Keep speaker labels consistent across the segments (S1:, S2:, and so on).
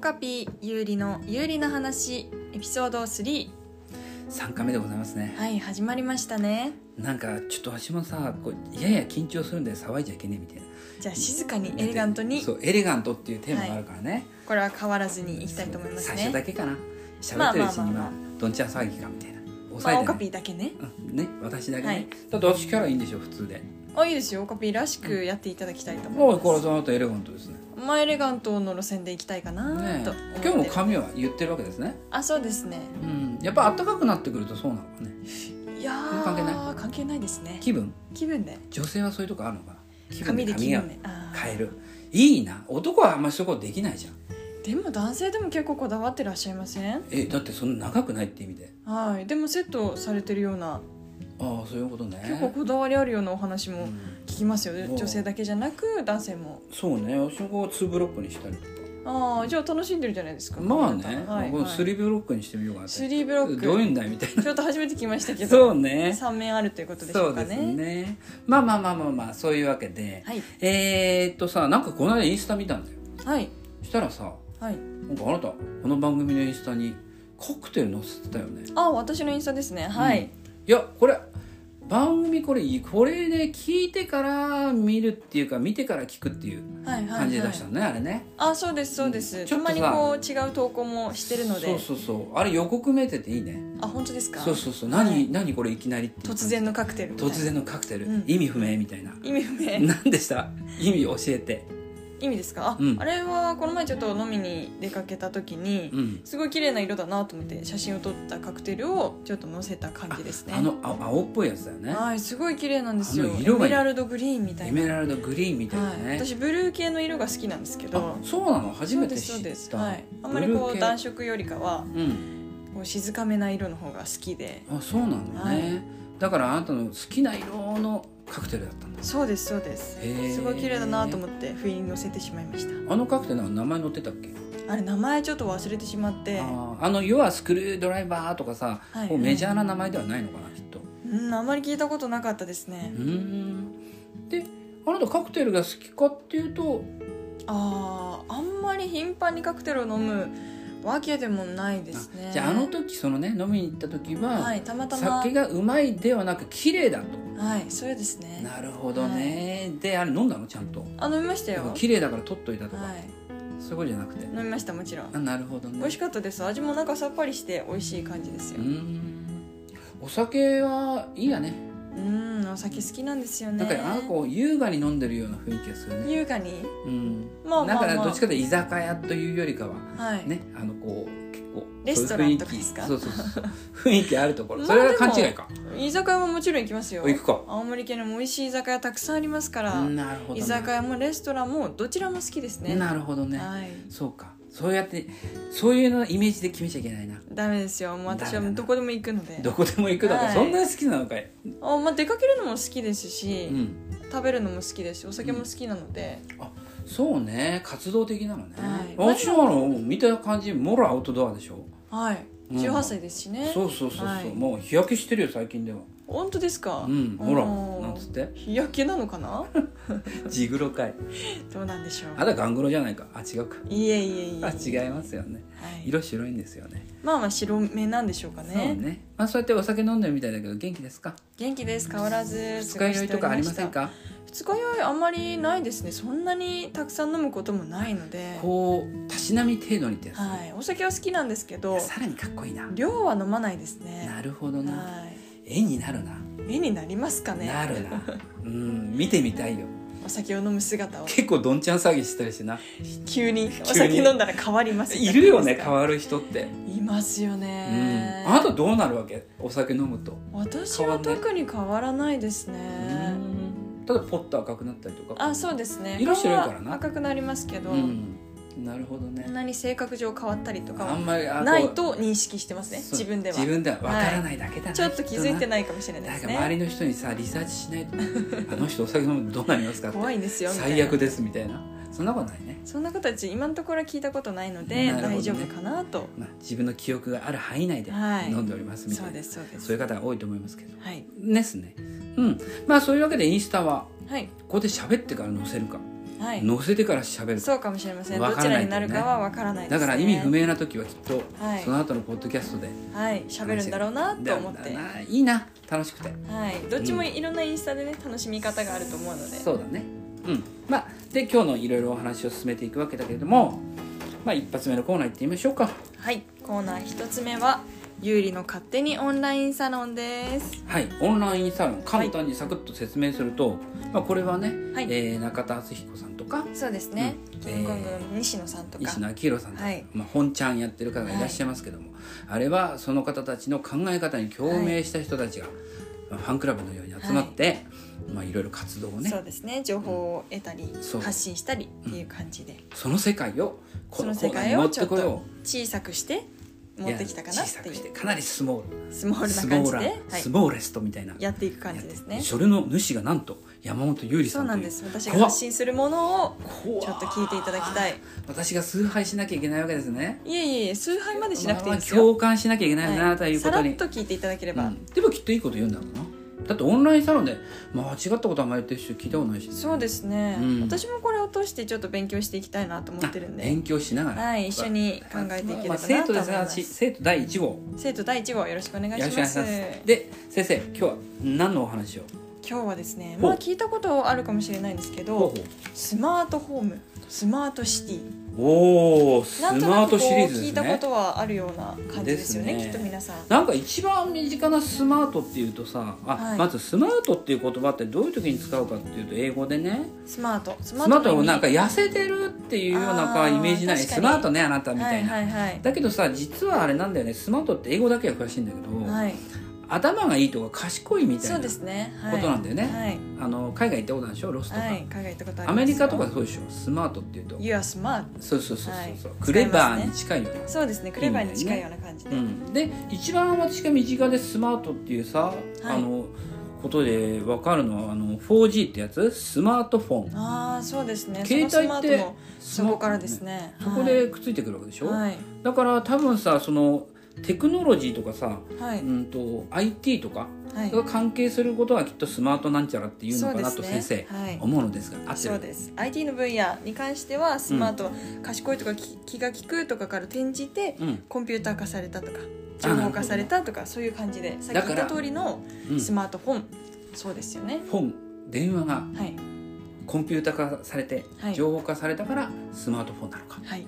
S1: カピー有利の有利な話エピソード3
S2: 3回目でございますね
S1: はい始まりましたね
S2: なんかちょっと私もさこうやや緊張するんで騒いじゃいけねえみたいな
S1: じゃあ静かにエレガントに
S2: そうエレガントっていうテーマがあるからね、
S1: これは変わらずにいきたいと思います
S2: 最初だ
S1: ね
S2: けかな喋ってるうちに
S1: まあまあまあ
S2: まあどんちゃん騒ぎかみたいな抑
S1: まあオ
S2: え
S1: カ
S2: て
S1: ピ
S2: ね,
S1: ーだけね
S2: うん、ね私だけね、
S1: はい
S2: だって私キャラいいんでしょ普通で
S1: あいいですよオカピーらしくやっていただきたいと思
S2: も
S1: いう
S2: こ
S1: ま
S2: れ
S1: す
S2: その後エレガントですね
S1: まあエレガントの路線でいきたいかな
S2: ね
S1: と
S2: え
S1: 思って
S2: 今日も髪は言ってるわけですね
S1: あそうですね
S2: うんやっぱ暖かくなってくるとそうなのかね
S1: いやー
S2: 関係な
S1: 関係ないですね
S2: 気分
S1: 気分で
S2: 女性はそういうとこあるのかな気分
S1: 髪で
S2: で髪
S1: 気
S2: が
S1: 分であー
S2: 変えるいいな男はあんまりそういうことできないじゃん
S1: でも男性でも結構こだわってらっしゃいません
S2: えだってそんな長くないって意味で
S1: はいでもセットされてるような
S2: ああそういうことね
S1: 結構こだわりあるようなお話
S2: う
S1: も
S2: ん
S1: 聞きますよ、
S2: うん
S1: 女性だけじゃなく男性も
S2: そうね私もこう2ブロックにしたりとか
S1: ああじゃあ楽しんでるじゃないですか
S2: まあね、
S1: はい
S2: こ
S1: は
S2: の
S1: い、
S2: 3ブロックにしてみようかなって
S1: スリーブロック
S2: どういうんだいみたい
S1: ちょっと初めて聞きましたけ
S2: な
S1: ど、
S2: そうね
S1: 三面あるということでしょ
S2: そうう
S1: か
S2: です
S1: ね
S2: ねまあまあまあまあまあそういうわけで、
S1: はい
S2: えー、っとさなんかこの間インスタ見たんだよ
S1: はい
S2: したらさ
S1: はい
S2: なんかあなたこの番組のインスタにカクテル載せてたよね
S1: あ私のインスタですねはい、
S2: いやこれ番組これこれで聞いてから見るっていうか見てから聞くっていう
S1: はいはいはい
S2: 感じで出したのね、あれね
S1: あそうですそうです、
S2: うんち
S1: た
S2: ょっと
S1: ま
S2: さ
S1: にこう違う投稿もしてるので
S2: そうそうそうあれ予告めいてていいね
S1: あ本当ですか
S2: そうそうそう
S1: はい
S2: 何、何これいきなりっていう
S1: 突然のカクテルみたいな
S2: 突然のカクテル、
S1: うん
S2: 意味不明みたいな
S1: 意味不明
S2: 何でした意味教えて
S1: 意味ですかあ,、
S2: うん
S1: あれはこの前ちょっと飲みに出かけた時に、
S2: うん
S1: すごい綺麗な色だなと思って写真を撮ったカクテルをちょっと載せた感じですね
S2: あのあ青っぽいやつだよね
S1: はいすごい綺麗なんですよ
S2: あの
S1: エ
S2: 色が
S1: メ
S2: いい
S1: ラルドグリーンみた
S2: エ
S1: いな
S2: メラルドグリーンみたいな
S1: はい、
S2: ね、
S1: 私ブルー系の色が好きなんですけ
S2: あ
S1: ど
S2: そうなの初めて知
S1: そう
S2: った
S1: ですそうです、はい、あんまりこう暖
S2: 色
S1: 色よりかは
S2: うん
S1: こう静かめな色の方が好きで
S2: あそうなんだね、
S1: は
S2: だからあなたの好きな色のカクテルだったんだ
S1: そうですそうです
S2: へー
S1: すごい綺麗だなと思って不意に載せてしまいました
S2: あのカクテルの名前載ってたっけ、
S1: あれ名前ちょっと忘れてしまって
S2: あーあの要はスクリュードライバーとかさ、
S1: はいはい
S2: こうメジャーな名前ではないのかなきっと
S1: うんあんまり聞いたことなかったですね
S2: うーんであなたカクテルが好きかっていうと
S1: あーあんまり頻繁にカクテルを飲むわけでもないですね
S2: あじゃああの時そのね飲みに行った時は、
S1: はいたまたま
S2: 酒がうまいではなく綺麗だと
S1: はいそうですね
S2: なるほどね、であれ飲んだのちゃんと
S1: あ飲みました
S2: やっぱ
S1: よ
S2: 綺麗だから取っといたとか、
S1: はい
S2: そういうことじゃなくて
S1: 飲みましたもちろん
S2: あなるほどね
S1: 美味しかったです味もなんかさっぱりして美味しい感じです
S2: うー
S1: よ
S2: んお酒はいいやね
S1: うんお酒好きなんですよね
S2: なんかあの子優雅に飲んでるような雰囲気がするね
S1: 優雅に
S2: うん
S1: まあまあまあ
S2: だからどっちかというと居酒屋というよりかは
S1: はい、
S2: ねあのこう結構
S1: レストランとかですか
S2: そういう雰囲気そうそうそうそう雰囲気あるところ
S1: まあ
S2: それは勘違いか
S1: 居酒屋ももちろん行きますよ
S2: 行くか
S1: 青森県にも美味しい居酒屋たくさんありますから、
S2: なるほどね
S1: 居酒屋もレストランもどちらも好きですね
S2: なるほどね
S1: はい
S2: そうかそうやってそういうのイメージで決めちゃいけないな
S1: ダメですよもう私は
S2: ダメだな
S1: どこでも行くので
S2: どこでも行くだから
S1: はい
S2: そんなに好きなのかい
S1: あ、まあ、出かけるのも好きですし、
S2: うん
S1: 食べるのも好きですしお酒も好きなので、
S2: そうね活動的なのね
S1: はい
S2: 私はあの見た感じもろアウトドアでしょ
S1: はい
S2: うん
S1: 18歳ですしね、
S2: そうそうそうそう、
S1: はい
S2: もう日焼けしてるよ最近では
S1: 本当ですか、
S2: うんほら
S1: おー
S2: なんつって
S1: 日焼けなのかな
S2: ジグロかい
S1: どうなんでしょう
S2: あだガングロじゃないかあ違うか
S1: いえいえいえ
S2: あ違いますよね
S1: はい、
S2: 色白いんですよね
S1: まあまあ白目なんでしょうかね
S2: そうね、まあ、そうやってお酒飲んでるみたいだけど元気ですか
S1: 元気です変わらず
S2: 二日酔いとかありませんか
S1: 二日酔いあんまりないですねそんなにたくさん飲むこともないので
S2: こうたしなみ程度にってやつ、
S1: はいお酒は好きなんですけど
S2: さらにかっこいいな
S1: 量は飲まないですね
S2: なるほどな
S1: はい
S2: 絵になるな、
S1: 絵になりますかね
S2: なる なうん見てみたいよ
S1: お酒を飲む姿を
S2: 結構どんちゃん騒ぎしてたりしてな
S1: 急にお酒飲んだら変わります
S2: いるよね変
S1: わ
S2: わる人って、
S1: いますよ
S2: うん
S1: ね、
S2: あなたどうなるわけお酒飲むと
S1: 私は特に変わらないですね
S2: ただポッと赤くなったりとか
S1: あそうですね
S2: 色白いからな
S1: 顔は赤くなりますけど、
S2: うん、なるほど
S1: そん
S2: ね
S1: なに性格上変わったりとか
S2: あ
S1: は
S2: んまりあこう
S1: ないと認識してますね
S2: そう
S1: 自分では
S2: 自分では分からないだけだな、
S1: ちょっと気づいてないかもしれない
S2: な
S1: で
S2: ん
S1: す
S2: か周
S1: ね
S2: りの人にさリサーチ しないとあの人お酒飲むとどうなりますかって
S1: 怖いんですよみたいな
S2: 最悪ですみたいなそんなことないね、
S1: そんなことは今のところは聞いたことないので、
S2: なるほどね
S1: 大丈夫かなと
S2: まあ、自分の記憶がある範囲内で
S1: はい
S2: 飲んでおりますみたい
S1: そ
S2: な、
S1: うですそうです
S2: そういう方が多いと思いますけど
S1: はい
S2: ですねうんまあそういうわけでインスタは
S1: はい
S2: ここで喋ってから載せるか
S1: はい
S2: 載せてから喋ると
S1: そうかもしれません
S2: わ
S1: ど
S2: から
S1: ち
S2: ない
S1: ら
S2: んだよね
S1: になるかはわからないで
S2: だ
S1: す、ね、
S2: から意味不明な時はきっと、
S1: はい
S2: その後のポッドキャストで
S1: はい喋るんだろうなと思っ
S2: だ
S1: て
S2: よないいな楽しくて
S1: はいどっちもいろんなインスタでね楽しみ方があると思うので
S2: そうだねうんまあで今日のいろいろお話を進めていくわけだけれどもまあ一発目のコーナー行ってみましょうか
S1: はいコーナー一つ目はゆうりの勝手にオンラインサロンです
S2: はいオンラインサロン簡単にサクッと説明すると、まあ、これはね、
S1: はい
S2: えー中田敦彦さんとか
S1: そうですね、
S2: うん
S1: キングコングの西野さんとか
S2: 石野明宏さんとか、
S1: はい
S2: まあ、本ちゃんやってる方がいらっしゃいますけども、あれはその方たちの考え方に共鳴した人たちが、まあファンクラブのように集まって、いまあ、いろいろ活動をね
S1: そうですね情報を得たり
S2: そう
S1: 発信したりっていう感じで
S2: その世界をこ
S1: その
S2: のコ
S1: 世
S2: ーナーに
S1: 界
S2: 持
S1: を
S2: っ
S1: ちょ
S2: て
S1: っ
S2: こよ
S1: と小さくして
S2: う
S1: 持ってきたか
S2: いや
S1: なっ
S2: 小さ
S1: て
S2: くして
S1: いう
S2: かなりスモール
S1: スモー
S2: ス
S1: ルな
S2: モ
S1: 感
S2: ー
S1: じ
S2: ラ
S1: で
S2: ー、
S1: は
S2: ス
S1: い
S2: モーレストみたいな
S1: やっていく感じですね
S2: それの主がなんと山本優里
S1: そ
S2: さ
S1: うんな
S2: と
S1: ん
S2: い
S1: で
S2: う
S1: す私が
S2: 怖っ
S1: 発信するものを
S2: 怖
S1: ちょっと聞いていただきたい
S2: 私が崇拝しなきゃいけないわけですね
S1: いえいえいえ崇拝までしなくていいです
S2: まあ
S1: よ、
S2: 共感しなきゃいけないな
S1: は
S2: というこ
S1: さ
S2: と
S1: ら
S2: に、
S1: っと聞いていただければ、
S2: うんでもきっといいこと言うんだろうなだってオンラインサロンで間違ったことあんまり言ってる人聞いたことないし
S1: そうですね、
S2: うん
S1: 私もこれを通してちょっと勉強していきたいなと思ってるん
S2: あ
S1: で
S2: 勉強しながら
S1: はい一緒に考えていければなと思います
S2: まあ生徒ですね生徒第1号
S1: 生徒第1号よろしくお願い
S2: よろしく
S1: し
S2: お願
S1: ま
S2: いしますすで先生今日は何のお話を
S1: 今日はですね
S2: ほ
S1: ま
S2: う
S1: あ聞いたことあるかもしれないんですけどスマートホームスマートシティ
S2: おおスマ
S1: なんとな
S2: ー
S1: くこ
S2: ト
S1: う
S2: シリーズ
S1: 聞
S2: で
S1: い
S2: す
S1: たこ
S2: ね
S1: とはあるような感じですよね
S2: ですね
S1: きっと皆さん
S2: なんか一番身近なスマートっていうとさあ、
S1: はい
S2: まずスマートっていう言葉ってどういう時に使うかっていうと英語でね
S1: スマートス
S2: スマート
S1: の意
S2: は
S1: 味
S2: なんか痩せてるっていうようなか
S1: あー
S2: イメージない
S1: 確か
S2: ス
S1: に
S2: マートねあなたみたいな、
S1: はいはいはい
S2: だけどさ実はあれなんだよねスマートって英語だけは詳しいんだけど、
S1: はい、
S2: 頭がいいとか賢いみたい
S1: そ
S2: な
S1: うですね、はい、
S2: ことなんだよね
S1: はい、
S2: あの海外行ったことあるでしょロスとか、
S1: はい、海外行ったことありますよ
S2: アメリカとかそうでしょスマートっていうと
S1: You are smart
S2: そうそうそうそうそう、
S1: はい
S2: クレバーに近いよね
S1: そうですねクレバーに近いような感じで、
S2: うん、で一番私が身近でスマートっていうさ、あのことで分かるのはあの 4G ってやつスマートフォン
S1: ああそうですね
S2: 携帯って
S1: そのスマートも
S2: ス
S1: そ
S2: マ
S1: こからですね
S2: そこでくっついてくるわけでしょ、
S1: はい
S2: だから多分さそのテクノロジーとかさ、
S1: は
S2: う
S1: い
S2: ん、と IT とか
S1: はい、
S2: が関係することはきっとスマートなんちゃらっていうのかな
S1: そう
S2: と
S1: で
S2: 先
S1: すね
S2: 生、
S1: はい
S2: 思うのですが合って
S1: そう
S2: る
S1: です。IT の分野に関してはスマートは賢いとかき気が利くとかから転じて
S2: うん
S1: コンピューター化されたとか情報化されたとかそういう感じでさっき
S2: だか
S1: 言っ
S2: ら
S1: た通りの
S2: うん
S1: スマートフォン、そうですよね。
S2: フォン電話が
S1: はい
S2: コンピューター化されて
S1: はい
S2: 情報化されたからスマートフォンなのか、
S1: はい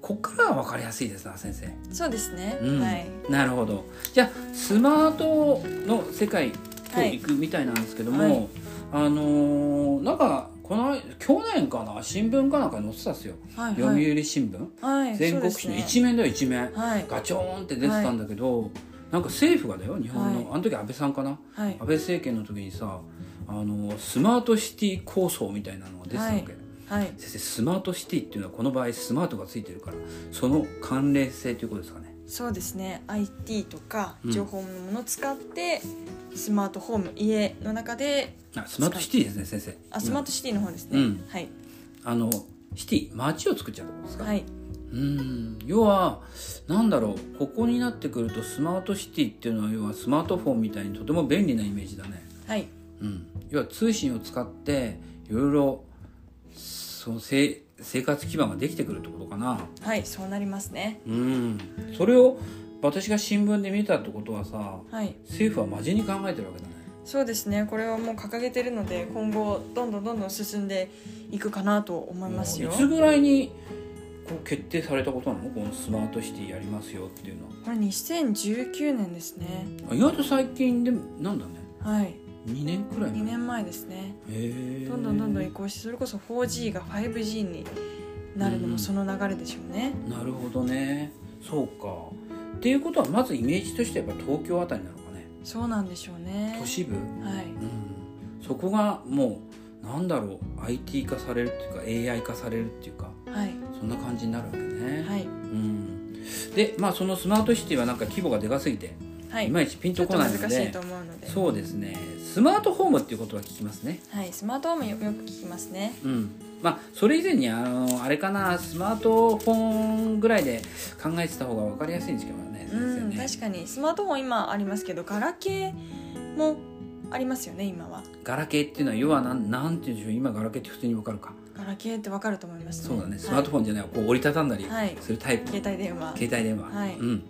S2: こっからは分かりやすいですな先生
S1: そうですね。
S2: うん
S1: はい
S2: なるほどじゃあスマートの世界今
S1: はい
S2: 日行くみたいなんですけども、
S1: はい
S2: あのーなんかこの去年かな新聞かなんかに載ってたんですよ、
S1: はい
S2: 読
S1: はい
S2: 売新聞、
S1: はいそ
S2: 全国紙の
S1: うですね
S2: 一面だよ一面、
S1: はい
S2: ガチョーンって出てたんだけど、なんか政府がだよ日本の、
S1: は
S2: あの時安倍さんかな
S1: はい
S2: 安倍政権の時にさあのースマートシティ構想みたいなのが出てたわけ、
S1: はいはい
S2: 先生スマートシティっていうのはこの場合スマートがついてるからその関連性ということですかね
S1: そうですね IT とか
S2: うん
S1: 情報のものを使って、スマートホーム家の中で
S2: あスマートシティですね先生
S1: あスマートシティの方ですね、
S2: うん
S1: はい
S2: あのシティ街を作っちゃうってことですか、
S1: はい、
S2: うん要はなんだろうここになってくるとスマートシティっていうのは要はスマートフォンみたいにとても便利なイメージだね、
S1: はい、
S2: うん、要は通信を使っていろいろそのせ生活基盤ができてくるってことかな
S1: はい、そうなりますね
S2: うんそれを私が新聞で見たってことはさ
S1: はい
S2: 政府は真面目に考えてるわけだね
S1: そうですねこれはもう掲げてるので今後どんどんどんどん進んでいくかなと思いますよ
S2: いつぐらいにこう決定されたことなのこのスマートシティやりますよっていうのは
S1: これ2019年ですね
S2: あ意外と最近でなんだね
S1: はい
S2: 2年くらい
S1: 2
S2: 前へ
S1: 年前ですね
S2: え
S1: どんどんどんどん移行してそれこそ 4G が 5G になるのもその流れでしょうね、
S2: なるほどねそうかっていうことはまずイメージとしてやっぱ東京あたりなのかね
S1: そうなんでしょうね
S2: 都市部、う
S1: はい
S2: ん、そこがもうなんだろう IT 化されるっていうか AI 化されるっていうか
S1: はい
S2: そんな感じになるわけね、
S1: はい
S2: うん、でまあそのスマートシティはなんか規模がでかすぎて、、
S1: はいい
S2: まいちピン
S1: ちょ
S2: と
S1: っ
S2: ことない
S1: 難
S2: の
S1: し
S2: で
S1: いと思うので
S2: そうですねスマートフォームっていうことは聞きますね
S1: はい、スマートフォームよよく聞きますね
S2: うんまあそれ以前にあのあれかなスマートフォンぐらいで考えてた方が分かりやすいんですけどね先生
S1: うん
S2: ね
S1: 確かにスマートフォン今ありますけどガラケーもありますよね今は
S2: ガラケーっていうのは要はなんなんていうんでしょう今ガラケーって普通に分かるか
S1: ガラケーってわかると思いますね
S2: そうだねスマートフォンじゃないこう折りたたんだり
S1: はい
S2: するタイプ、
S1: 携帯電話
S2: 携帯電話、
S1: はい
S2: うん、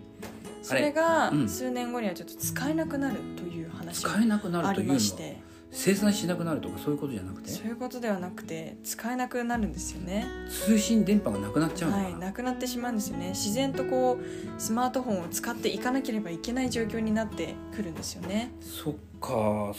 S1: それが
S2: うん
S1: 数年後にはちょっと使えなくなるという話
S2: 使えなくな
S1: あ
S2: ると
S1: り
S2: いうの
S1: ま
S2: は
S1: して
S2: 生産しなくなるとかそういうことじゃなくて
S1: そういうことではなくて使えなくなるんですよね
S2: 通信電波がなくなっちゃうのかな、
S1: はい、なくなってしまうんですよね自然とこうスマートフォンを使っていかなければいけない状況になってくるんですよね
S2: そっか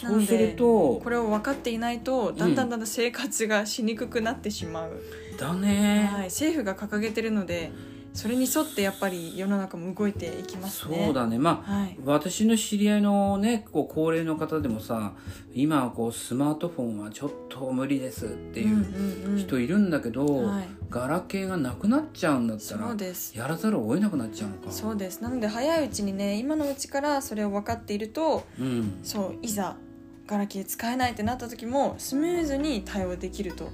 S1: な
S2: そ
S1: ん
S2: う
S1: です
S2: ると
S1: これを分かっていないとだんだんだんだん生活がしにくくなってしまう、
S2: だね、
S1: はい、政府が掲げてるのでそれに沿ってやっぱり世の中も動いていきますね
S2: そうだねまあ
S1: はい
S2: 私の知り合いのねこう高齢の方でもさ今はこうスマートフォンはちょっと無理ですっていうん
S1: うんうん
S2: 人いるんだけど、
S1: はい、
S2: ガラケーがなくなっちゃうんだった
S1: そ
S2: ら
S1: うです
S2: やらざるを得なくなっちゃうのか
S1: そうですなので早いうちにね今のうちからそれを分かっていると
S2: うん、
S1: そういざガラケー使えないってなった時もスムーズに対応できると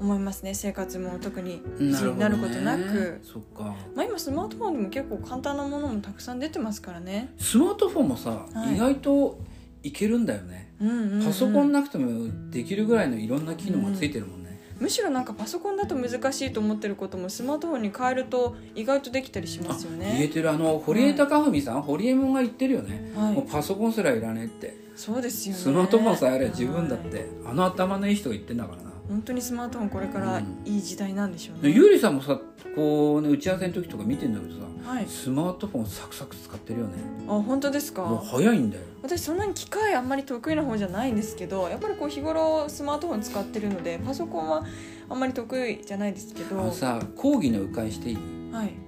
S1: 思いますね生活も特に不自由になることな
S2: る
S1: く
S2: ほどねそっか
S1: まあ、今スマートフォンでも結構簡単なものもたくさん出てますからね、
S2: スマートフォンもさ、
S1: はい
S2: 意外といけるんだよね
S1: うんうんうん
S2: パソコンなくてもできるぐらいのいろんな機能がついてるもんね、
S1: むしろなんかパソコンだと難しいと思ってることもスマートフォンに変えると意外とできたりしますよ
S2: 言え
S1: ね、
S2: てるあの堀江貴文さん、堀江門が言ってるよね、
S1: は
S2: もう
S1: い、
S2: パソコンすらいらねえって
S1: そうですよね
S2: スマートフォンさえあれば自分だっ
S1: はい
S2: てあの頭のいい人が言ってんだからな、
S1: 本当にスマートフォンこれからいい時代なんでしょう
S2: で
S1: ね、
S2: ゆうりさんもさこう、ね、打ち合わせの時とか見てんだけどさ
S1: はい、
S2: スマートフォンサクサク使ってるよね
S1: あ本当です
S2: も
S1: か
S2: う早いんだよ
S1: 私そんなに機械あんまり得意な方じゃないんですけどやっぱりこう日頃スマートフォン使ってるのでパソコンはあんまり得意じゃないですけ
S2: あ
S1: ど
S2: の
S1: は
S2: さ講義の迂回していい
S1: い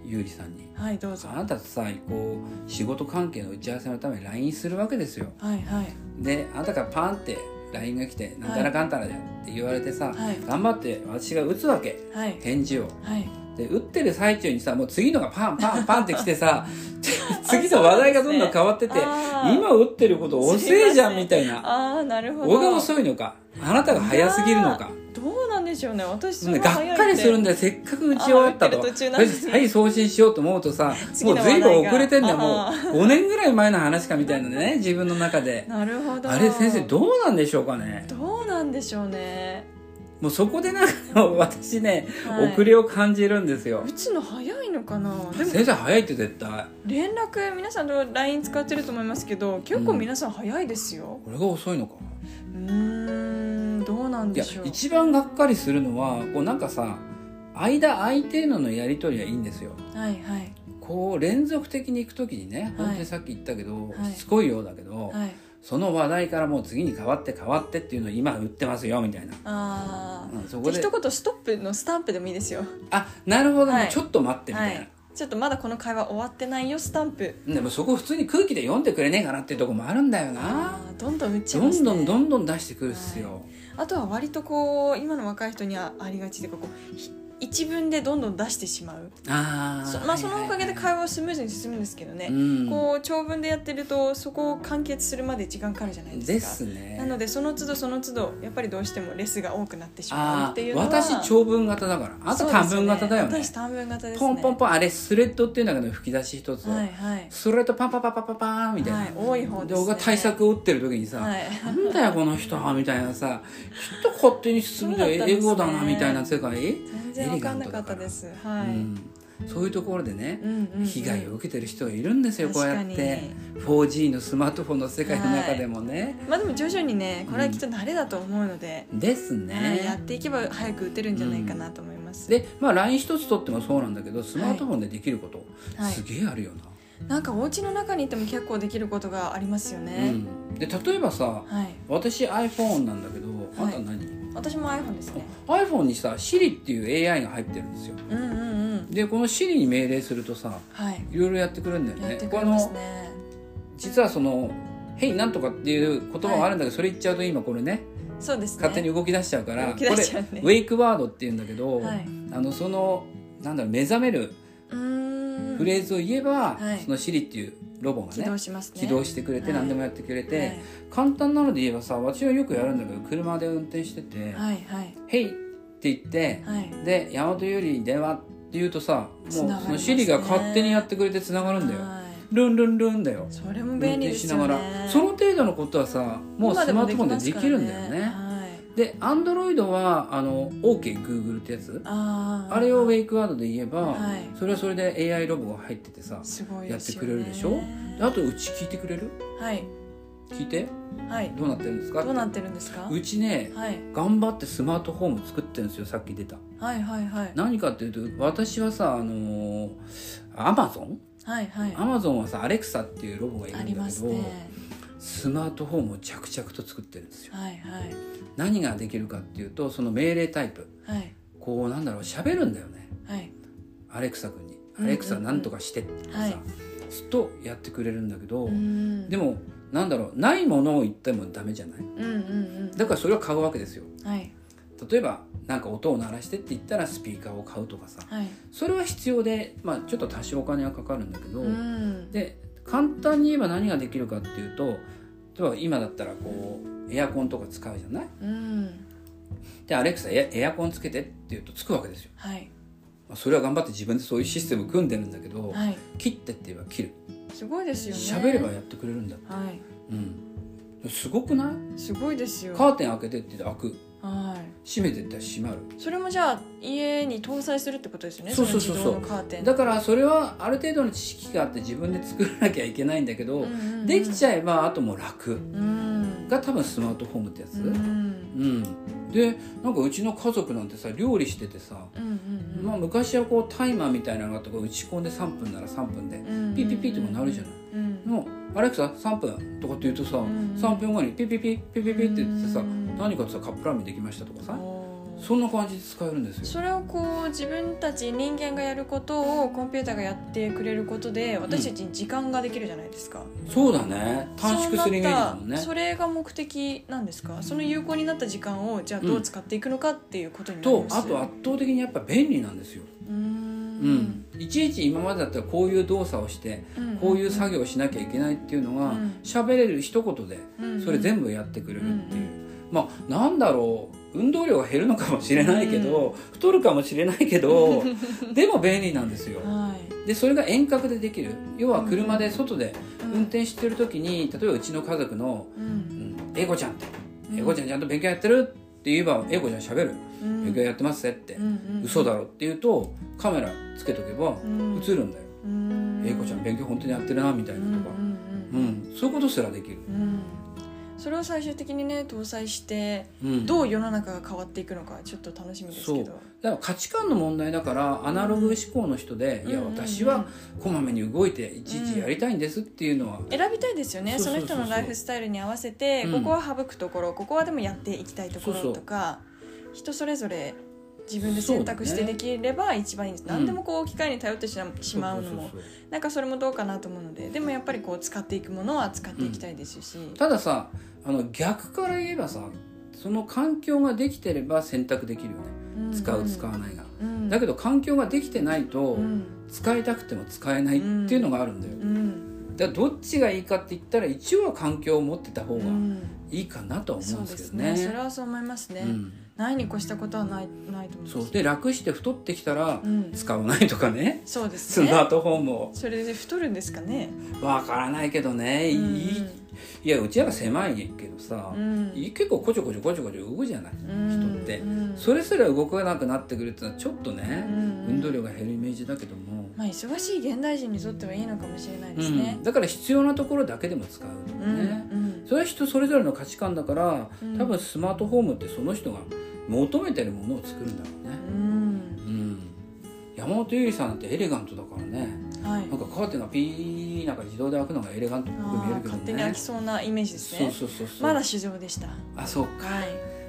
S2: ゆうりさんに
S1: はいどうぞ
S2: あなたさこう仕事関係の打ち合わせのために LINE するわけですよ
S1: はいはい
S2: であなたがパンって LINE が来て「なんたらかんたらだよ」って言われて
S1: は
S2: さ、
S1: い
S2: 頑張って私が打つわけ
S1: はい
S2: 返事を
S1: はい
S2: で打ってる最中にさもう次のがパ ンパンパンってきてさ次の話題がどんどん変わってて、
S1: あー
S2: 今打ってること遅えじゃんみたいな
S1: あーなるほど
S2: 俺が遅いのかあなたが早すぎるのか
S1: どうなんでしょうね私そ
S2: ね
S1: の
S2: がっかりするん
S1: ん
S2: だよせっかく打ち終わったと
S1: あー打ってる途中なんですね
S2: はい送信しようと思うとさも
S1: 次
S2: う
S1: の話
S2: 随
S1: 題が
S2: 分遅れてんだよも
S1: あ
S2: う5年ぐらい前の話かみたいなね自分の中で
S1: なるほど
S2: あれ先生どうなんでしょうかね
S1: どうなんでしょうね
S2: もうそこでなんか 私ね、
S1: はい
S2: 遅れを感じるんですよ
S1: 打つの早いのかなでも
S2: 先生早いって絶対
S1: 連絡皆さんと LINE 使ってると思いますけど結構皆さん早いですよ
S2: 俺が遅いのか
S1: うーんどうなん
S2: い
S1: で
S2: や
S1: しょう
S2: 一番がっかりするのはこうなんかさ間相手ののやり取りはいいんですよ
S1: はいはい
S2: こう連続的に行く時にね、
S1: はい
S2: 本当にさっき言ったけど、
S1: はい
S2: しつこいようだけど、
S1: はい
S2: その話題からもう次に変わって変わってっていうのを今売ってますよみたいな、
S1: あ
S2: うん、そ
S1: あ
S2: こで
S1: 一言ストップのスタンプでもいいですよ
S2: あなるほどね、
S1: はい
S2: ちょっと待ってみた
S1: はい
S2: な、
S1: いちょっとまだこの会話終わってないよスタンプ
S2: でもそこ普通に空気で読んでくれねえかなっていうとこもあるんだよな
S1: あーどんどん打っちゃい
S2: ど
S1: ます
S2: ん
S1: ね
S2: どんどんどん出してくるっすよ、
S1: あとは割とこう今の若い人にはありがちというかこうひ一文でどんどん出してしまう
S2: ああ
S1: そ,、まあ、そのおかげで
S2: 話
S1: 会話をスムーズに進むんですけどね、
S2: うん
S1: こう長文でやってるとそこを完結するまで時間かかるじゃない
S2: で
S1: です
S2: す
S1: か
S2: ね
S1: なのでその都度その都度やっぱりどうしてもレスが多くなってしまう
S2: あ
S1: ってい
S2: ー
S1: うのは
S2: 私長文型だからあと短文型だよ
S1: そう
S2: ね
S1: です私短文型ですね
S2: ポンポンポンあれスレッドっていう中の吹き出し一つを、
S1: はいはい
S2: スレッドパンパンパンパンパンパンみたいな、
S1: はい多い方ですね
S2: で僕が対策を打ってる時にさ、
S1: はい
S2: なんだよこの人はみたいなさきっと勝手に進むと
S1: そうだったんです
S2: 英
S1: ね
S2: 語だなみたいな世界、
S1: 全然わかんなかったですは
S2: う
S1: い、
S2: ん、そういうところでね、
S1: うんうんうん
S2: 被害を受けてる人がいるんですよこうやっ
S1: 確
S2: て 4G のスマートフォンの世界の中でもね、
S1: まあでも徐々にねこれはきっと慣れだと思うので、
S2: です
S1: はいやっ
S2: ね。
S1: ていけば早く打てるんじゃないかなと思います、
S2: でまあ LINE 一つとってもそうなんだけどスマートフォンでできること、
S1: はい
S2: すげえあるよな。
S1: なんかお家の中にいても結構できることがありますよ
S2: う
S1: ね、
S2: ん、で例えばさ
S1: はい
S2: 私 iPhone なんだけどあんた何、
S1: 私も iPhone ですね
S2: iPhone にさ Siri っていう AI が入ってるんですよ
S1: うんうんうん
S2: でこの Siri に命令するとさ
S1: はい
S2: いろいろやってくれるんだよね
S1: やってく
S2: こ
S1: れます
S2: の
S1: ね
S2: 実はその「へいなんとか」っていう言葉はあるんだけど、それ言っちゃうと今これね
S1: そうですね
S2: 勝手に動き出しちゃうから、
S1: 動
S2: こ
S1: き
S2: れウ
S1: 出しちゃうね
S2: ェイクワードっていうんだけど、
S1: はい
S2: あのそのなんだろう目覚める
S1: うーん
S2: フレーズを言えば、
S1: はい
S2: その Siri っていうロボが
S1: 起
S2: ね
S1: 動しますね
S2: 起動してくれ
S1: は
S2: て
S1: い
S2: 何でもやってくれて、
S1: はい
S2: 簡単なので言えばさ私はよくやるんだけど車で運転してて
S1: はいはい
S2: 「へい」って言って、
S1: はい
S2: で「山本優里に電話」って言うとさもうそ
S1: 繋がります
S2: の
S1: ね
S2: Siri が勝手にやってくれてつながるんだよ。
S1: はい
S2: ルンルンルンだよ
S1: それも便利ですよ
S2: 運
S1: ね
S2: 転しながらその程度のことはさもうスマートフォンでできるんだよね
S1: 今でもできますからねはい
S2: で Android はあの OKGoogle ってやつ
S1: あー
S2: あれをウェイクワードで言えば、
S1: はい
S2: それはそれで AI ロボが入っててさ
S1: すごいで
S2: やって
S1: すよ
S2: く
S1: ね
S2: れるでしょであとうち聞いてくれる
S1: はい
S2: 聞いて
S1: はい
S2: どうなってるんですか
S1: どうなってるんですか
S2: うちね
S1: はい
S2: 頑張ってスマートフォーム作ってるんですよさっき出た
S1: はいはいはい
S2: 何かっていうと私はさあのアマゾン
S1: はいはい
S2: アマゾンはさアレクサっていうロボがいる
S1: あ
S2: ん
S1: り
S2: だ
S1: ま
S2: け
S1: す
S2: ど、
S1: ね
S2: スマートフォームを着々と作ってるんですよ
S1: はいはい
S2: 何ができるかっていうとその命令タイプ
S1: はい
S2: こうなんだろう喋るんだよね
S1: はい
S2: アレクサ君に「
S1: うんうんうん
S2: アレクサなんとかして」ってさ、
S1: はい
S2: すっとやってくれるんだけど、
S1: うん
S2: でもなんだろうないものを言ってもダメじゃない
S1: うんうん
S2: だからそれを買うわけですよ
S1: うんはい
S2: 例えばなんか音を鳴らしてって言ったらスピーカーを買うとかさ
S1: はい
S2: それは必要で、まあ、ちょっと多少お金はかかるんだけど、
S1: うん
S2: で簡単に言えば何ができるかっていうと例えば今だったらこうエアコンとか使うじゃない
S1: うん
S2: でアレクサエエアコンつけてって言うとつくわけですよ、
S1: はい
S2: まあ、それは頑張って自分でそういうシステム組んでるんだけど、
S1: はい
S2: 切ってって言えば切る
S1: すごいですよね
S2: 喋ればやってくれるんだって、
S1: はい
S2: うん、すごくない
S1: すごいですよ
S2: カーテン開けてって言って開く
S1: は
S2: 閉めてって閉まる
S1: いそれもじゃあ家に搭載するってことですよね
S2: そうそうそうそう
S1: の自動のカーテン
S2: だからそれはある程度の知識があって自分で作らなきゃいけないんだけど、できち
S1: ゃ
S2: ゃえばあともう楽
S1: うん
S2: が多分スマートフォームってや
S1: う
S2: つ、
S1: んうん
S2: うん、でなんかうちの家族なんてさ料理しててさ、
S1: うんうん
S2: まあ、昔はこうタイマーみたいなのがあってこう打ち込んで3分なら3分でピッピッピッとかなるじゃない。
S1: うん
S2: もう「アレクサ3分」とかって言うとさ、
S1: んうん
S2: 3分後にピッピッピッピッピッピッって言ってさ、
S1: うん
S2: 何かとさカップラーメンできましたとかさ、
S1: おー
S2: そんな感じで使えるんですよ。
S1: それをこう自分たち人間がやることをコンピューターがやってくれることで私たちに時間ができるじゃないですか、
S2: そうだね短縮するイメージだもん
S1: そう
S2: ね
S1: なったそれが目的なんですかその有効になった時間をじゃあどう使っていくのかっていうことになり
S2: と
S1: ます
S2: あと圧倒的にやっぱ便利なんですよ、
S1: うー
S2: うん
S1: ん、
S2: いちいち今までだったらこういう動作をして
S1: うん
S2: こういう作業をしなきゃいけないっていうのが
S1: うん
S2: 喋れる一言で
S1: うん
S2: それ全部やってくれるっていううまあなんだろう運動量が減るのかもしれないけど太るかもしれないけど でも便利なんですよ
S1: はい
S2: でそれが遠隔でできる要は車で外で
S1: うん
S2: 運転してる時に例えばうちの家族の
S1: う
S2: 「うんん英子ちゃん」って「
S1: うん
S2: 英子ちゃんちゃんと勉強やってる?」って言えば英子ちゃん喋る
S1: う
S2: 「勉強やってますね」って
S1: ん
S2: 「嘘だろ」って言うとカメラつけとけば
S1: うん
S2: 映るんだよ
S1: うん
S2: 英子ちゃん勉強本当にやってるなみたいなとか
S1: う、んう
S2: う
S1: ん
S2: ん、そういうことすらできる、
S1: うんうんそれを最終的にね搭載して
S2: うん、
S1: どう世の中が変わっていくのかちょっと楽しみですけど
S2: だから価値観の問題だからアナログ思考の人で、いや
S1: うんうんうん
S2: 私はこまめに動いていちいちやりたいんですっていうのは、
S1: 選びたいですよね
S2: そう
S1: そ
S2: そう
S1: の
S2: そうそ
S1: 人
S2: う
S1: のライフスタイルに合わせて、
S2: うん
S1: ここは省くところここはでもやっていきたいとこ
S2: そうそ
S1: ろ
S2: う
S1: とか人それぞれ自分で選択して
S2: そうだ
S1: で
S2: ね
S1: きれば一番いいんです、
S2: ん
S1: 何でもこう機械に頼ってしましまうのも
S2: そうそうそう
S1: なんかそれもどうかなと思うのででもやっぱりこう使っていくものは使っていきたいですし、
S2: たださあの逆から言えばさその環境ができてれば選択できるよね
S1: ん
S2: 使う使わないが、
S1: うん
S2: だけど環境ができてないと、
S1: うん
S2: 使いたくても使えないっていうのがあるんだよ、
S1: うん
S2: だからどっちがいいかって言ったら一応は環境を持ってた方
S1: う
S2: が
S1: ん
S2: いいかなとは思
S1: そううんで
S2: です
S1: す
S2: けどね
S1: ねそれはそう思いますね、
S2: うん
S1: ないに越したことはないないと思い
S2: そ
S1: ま
S2: う
S1: す
S2: で楽して太ってきたら
S1: うん
S2: 使わないとかね、
S1: そうで
S2: ス
S1: す
S2: マ
S1: ね
S2: ートフォンも
S1: それで太るんですかね、
S2: わからないけどね、いいいやうちらが狭いけどさ、
S1: うん
S2: い結構こちょこちょこちょこちょ動くじゃない、
S1: うん
S2: 人って
S1: うん
S2: それすら動かなくなってくるってのはちょっとね、
S1: うん
S2: 運動量が減るイメージだけども、
S1: まあ忙しい現代人にとってはいいのかもしれないです
S2: う
S1: ね
S2: ん。だから必要なところだけでも使うと
S1: う
S2: か
S1: ん、
S2: ね、
S1: うん
S2: それは人それぞれの価値観だから、
S1: うん
S2: 多分スマートフォームってその人が求めてるものを作るんだろうね、
S1: うん、
S2: うん、山本ゆりさんなんてエレガントだからね
S1: はい。
S2: なんかカーテンがピーなんか自動で開くのがエレガントっぽく見え
S1: あ
S2: る
S1: ー
S2: けど
S1: 勝手に飽
S2: ね
S1: きそうなイメージです
S2: そう
S1: ね。
S2: そうそうそう
S1: まだ酒造でした。は
S2: あそう
S1: い。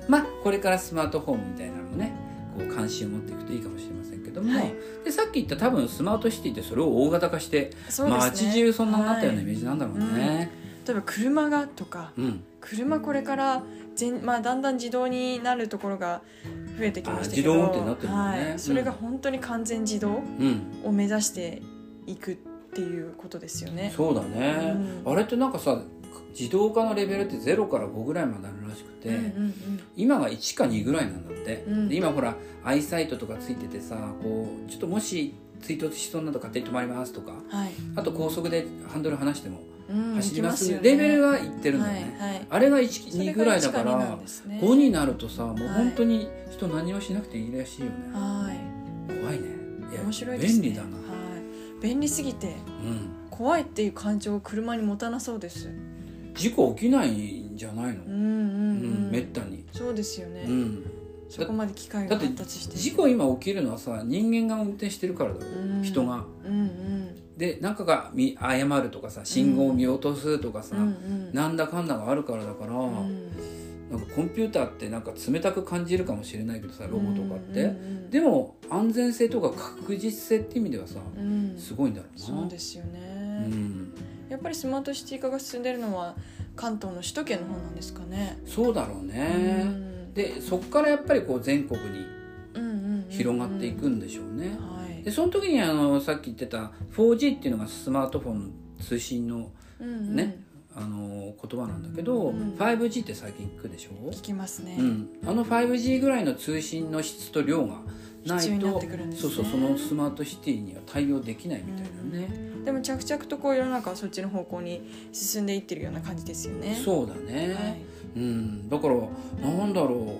S2: まあこれからスマートフォームみたいなのもねこう関心を持っていくといいかもしれませんけども、
S1: はい
S2: でさっき言った多分スマートシティってそれを大型化して、
S1: そうですね。
S2: 街中そんなになったようなイメ
S1: はい
S2: ージなんだろうね、
S1: 例えば車がとか、
S2: うん
S1: 車これから全まあだんだん自動になるところが増えてきましたけど、
S2: あー自動運転になってるもんね
S1: は
S2: う
S1: い。
S2: ん
S1: それが本当に完全自動
S2: うん、
S1: を目指していくっていうことですよね。
S2: そうだね、
S1: うん
S2: あれってなんかさ自動化のレベルって0から5ぐらいまであるらしくて、
S1: うんうん
S2: 今が1か2ぐらいなんだって、
S1: うん
S2: で今ほらアイサイトとかついててさこうちょっともし追突しそうになると勝手に止まりますとか
S1: うん、はい。
S2: あと高速でハンドル離しても
S1: うん
S2: 走ります
S1: 行き
S2: レ
S1: よね
S2: ベルは行ってるんだよね、
S1: はいはい
S2: あれが
S1: それ
S2: 12
S1: が
S2: ぐらいだか
S1: 1二な
S2: ら
S1: んですね
S2: 5になるとさもう
S1: はい
S2: 本当に人何もしなくていいらしいよね、
S1: は
S2: 怖いねい
S1: い
S2: や
S1: 面白いですね
S2: 便利だな、
S1: はい便利すぎて
S2: うん、
S1: 怖いっていう感情を車に持たなそうですうん
S2: 事故起きないんじゃないの、
S1: う
S2: うん
S1: んうん
S2: めったに、
S1: そうですよね、
S2: うん、
S1: そこまで機械が発達して
S2: 事故今起きるのはさ人間が運転してるからだろ、
S1: うん
S2: 人が
S1: うんうん
S2: で何かが見誤るとかさ信号を見落とすとかさ、
S1: うんうん
S2: なんだかんだがあるからだから、
S1: うん
S2: なんかコンピューターってなんか冷たく感じるかもしれないけどさロボとかって、
S1: うんうんうん
S2: でも安全性とか確実性って意味ではさ、
S1: うん
S2: すごいんだろうな
S1: そうですよ
S2: う
S1: ね、
S2: ん、
S1: やっぱりスマートシティ化が進んでるのは関東の首都圏の方なんですかね、
S2: そうだろう
S1: う
S2: ね、
S1: ん
S2: でそっからやっぱりこう全国に
S1: うんうんうん
S2: 広がっていくんでしょうね、
S1: はい
S2: でその時にあのさっき言ってた 4G っていうのがスマートフォンの通信の
S1: うんうん
S2: ねあの言葉なんだけど、
S1: うん
S2: 5G って最近聞くでしょ、
S1: 聞きますね、
S2: うん、あの 5G ぐらいの通信の質と量がない
S1: 必要になっ
S2: と、
S1: てくるんです
S2: そ
S1: ね
S2: うそうそのスマートシティには対応できないみたいなね、
S1: でも着々とこう世の中はそっちの方向に進んでいってるような感じですよね。
S2: そうだね、
S1: はい
S2: うん、だからなんだろ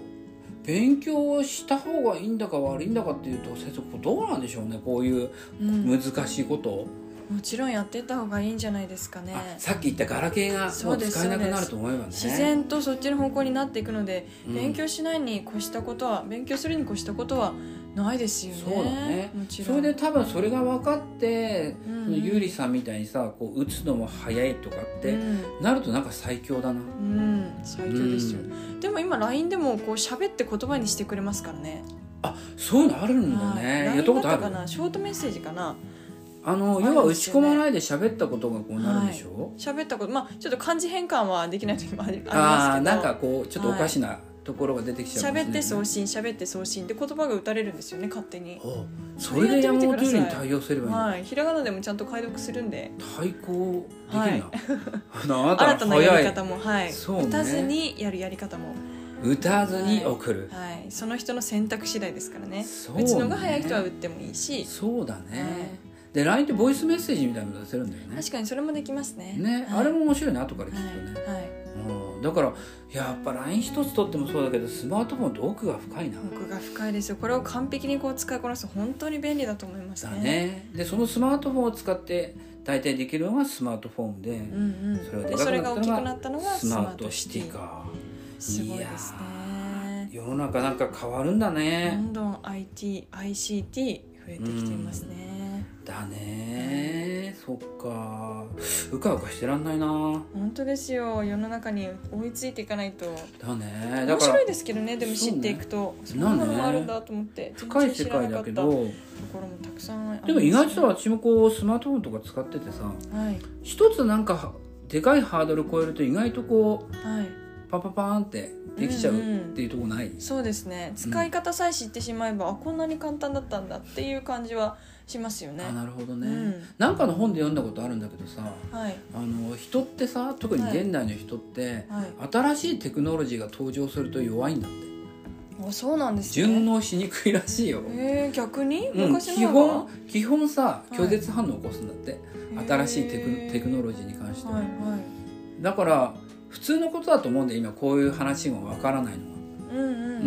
S2: う勉強した方がいいんだか悪いんだかっていうと先生これどうなんでしょうねこういう
S1: うん、
S2: 難しいことを、
S1: もちろんやっていった方がいいんじゃないですかね。
S2: あさっき言ったガラケーがも
S1: そう
S2: う
S1: です
S2: 使えなくなると思えばね
S1: 自然とそっちの方向になっていくので、
S2: うん
S1: 勉強しないに越したことは勉強するに越したことはないですよね。
S2: そうだね
S1: もち
S2: そ
S1: ろ
S2: れ
S1: ん。
S2: で多分それが分かって、
S1: うんうん
S2: そのゆりさんみたいにさこう打つのも早いとかって、
S1: うん
S2: なるとなんか最強だな
S1: うん、最強ですよ、
S2: う
S1: でも今 LINE でもこう喋って言葉にしてくれますからね
S2: あそういうのあるんだね
S1: はい
S2: やったこ
S1: LINE
S2: と
S1: だ
S2: あ
S1: ったか
S2: る
S1: なショートメッセージかな
S2: あの
S1: あるんですよね
S2: 要は打ち込まないで喋ったことがこうなるんでしょ、
S1: 喋ったことまあちょっと漢字変換はできない時もありありますけど
S2: ああーなんかこうちょっとおかしなところが出てきちゃう
S1: 喋って送
S2: う
S1: 信喋って送信って言葉が打たれるんですよね勝手に
S2: それで山本
S1: そ
S2: 優
S1: れ
S2: 里
S1: や
S2: に
S1: ってみてください
S2: 対応すればいいの、
S1: はいひらがなでもちゃんと解読するんで
S2: 対抗できるな、あなた
S1: 新
S2: は
S1: たなや
S2: 早
S1: り
S2: い
S1: 方もはい
S2: そうね
S1: 打たずにやるやり方も
S2: 歌わずに送る、
S1: はいその人の選択次第ですからね
S2: そう
S1: 打
S2: ね
S1: つのが早い人は打ってもいいし
S2: そうだね、
S1: は
S2: で LINE ってボイスメッセージみたいなの出せるんだよね
S1: 確かにそれもできますね
S2: ね、
S1: はい
S2: あれも面白いね後から聞
S1: はい
S2: くとね、
S1: はい
S2: うん、だからやっぱ LINE 一つ取ってもそうだけどスマートフォンって奥が深いな、
S1: 奥が深いですよこれを完璧にこう使いこなす本当に便利だと思います
S2: だ
S1: ね
S2: ねでそのスマートフォンを使って大体できるのがスマートフォンで、
S1: うんうん
S2: それが
S1: で
S2: でか
S1: そ
S2: く
S1: れが大きく
S2: な
S1: な
S2: っ
S1: ったた
S2: の
S1: の
S2: が
S1: が
S2: スマートシティか
S1: すごいですね
S2: 世の中なんか変わるんだ
S1: ど
S2: ね、
S1: んどん ITICT 増えてきていますね、
S2: だねそっかうかうかしてらんないな
S1: 本当ですよ世の中に追いついていかないと
S2: だねだ
S1: 面
S2: から
S1: 白いですけどねでも知っていくとそ,、
S2: そうね
S1: んなのもあるんだと思って
S2: 深い
S1: 全然
S2: 世
S1: 知らな
S2: 界
S1: か
S2: だ
S1: っ
S2: け
S1: た
S2: ど
S1: ところもたくさんありますね
S2: でも意外とさ私もこうスマートフォンとか使っててさ
S1: はい
S2: 一つなんかでかいハードル超えると意外とこう
S1: はい
S2: パパパーンってできちゃうっていうとこない、
S1: そうですね使い方さえ知ってしまえば、あこんなに簡単だったんだっていう感じはしますよね
S2: あなるほどね、
S1: うん
S2: なんかの本で読んだことあるんだけどさ
S1: はい
S2: あの人ってさ特に現代の人って、
S1: はい
S2: 新しいテクノロジーが登場すると弱いんだって
S1: あそうなんです
S2: 順
S1: ね
S2: 応しにくいらしいよ、
S1: えー、逆に
S2: うん、
S1: 昔
S2: 基
S1: の方が、
S2: 本基本さ
S1: はい
S2: 拒絶反応を起こすんだって、新しいテクテクノロジーに関しては、
S1: はいはい
S2: だから普通のことだと思うんで今こういう話もわからないのは、
S1: うんうんうんう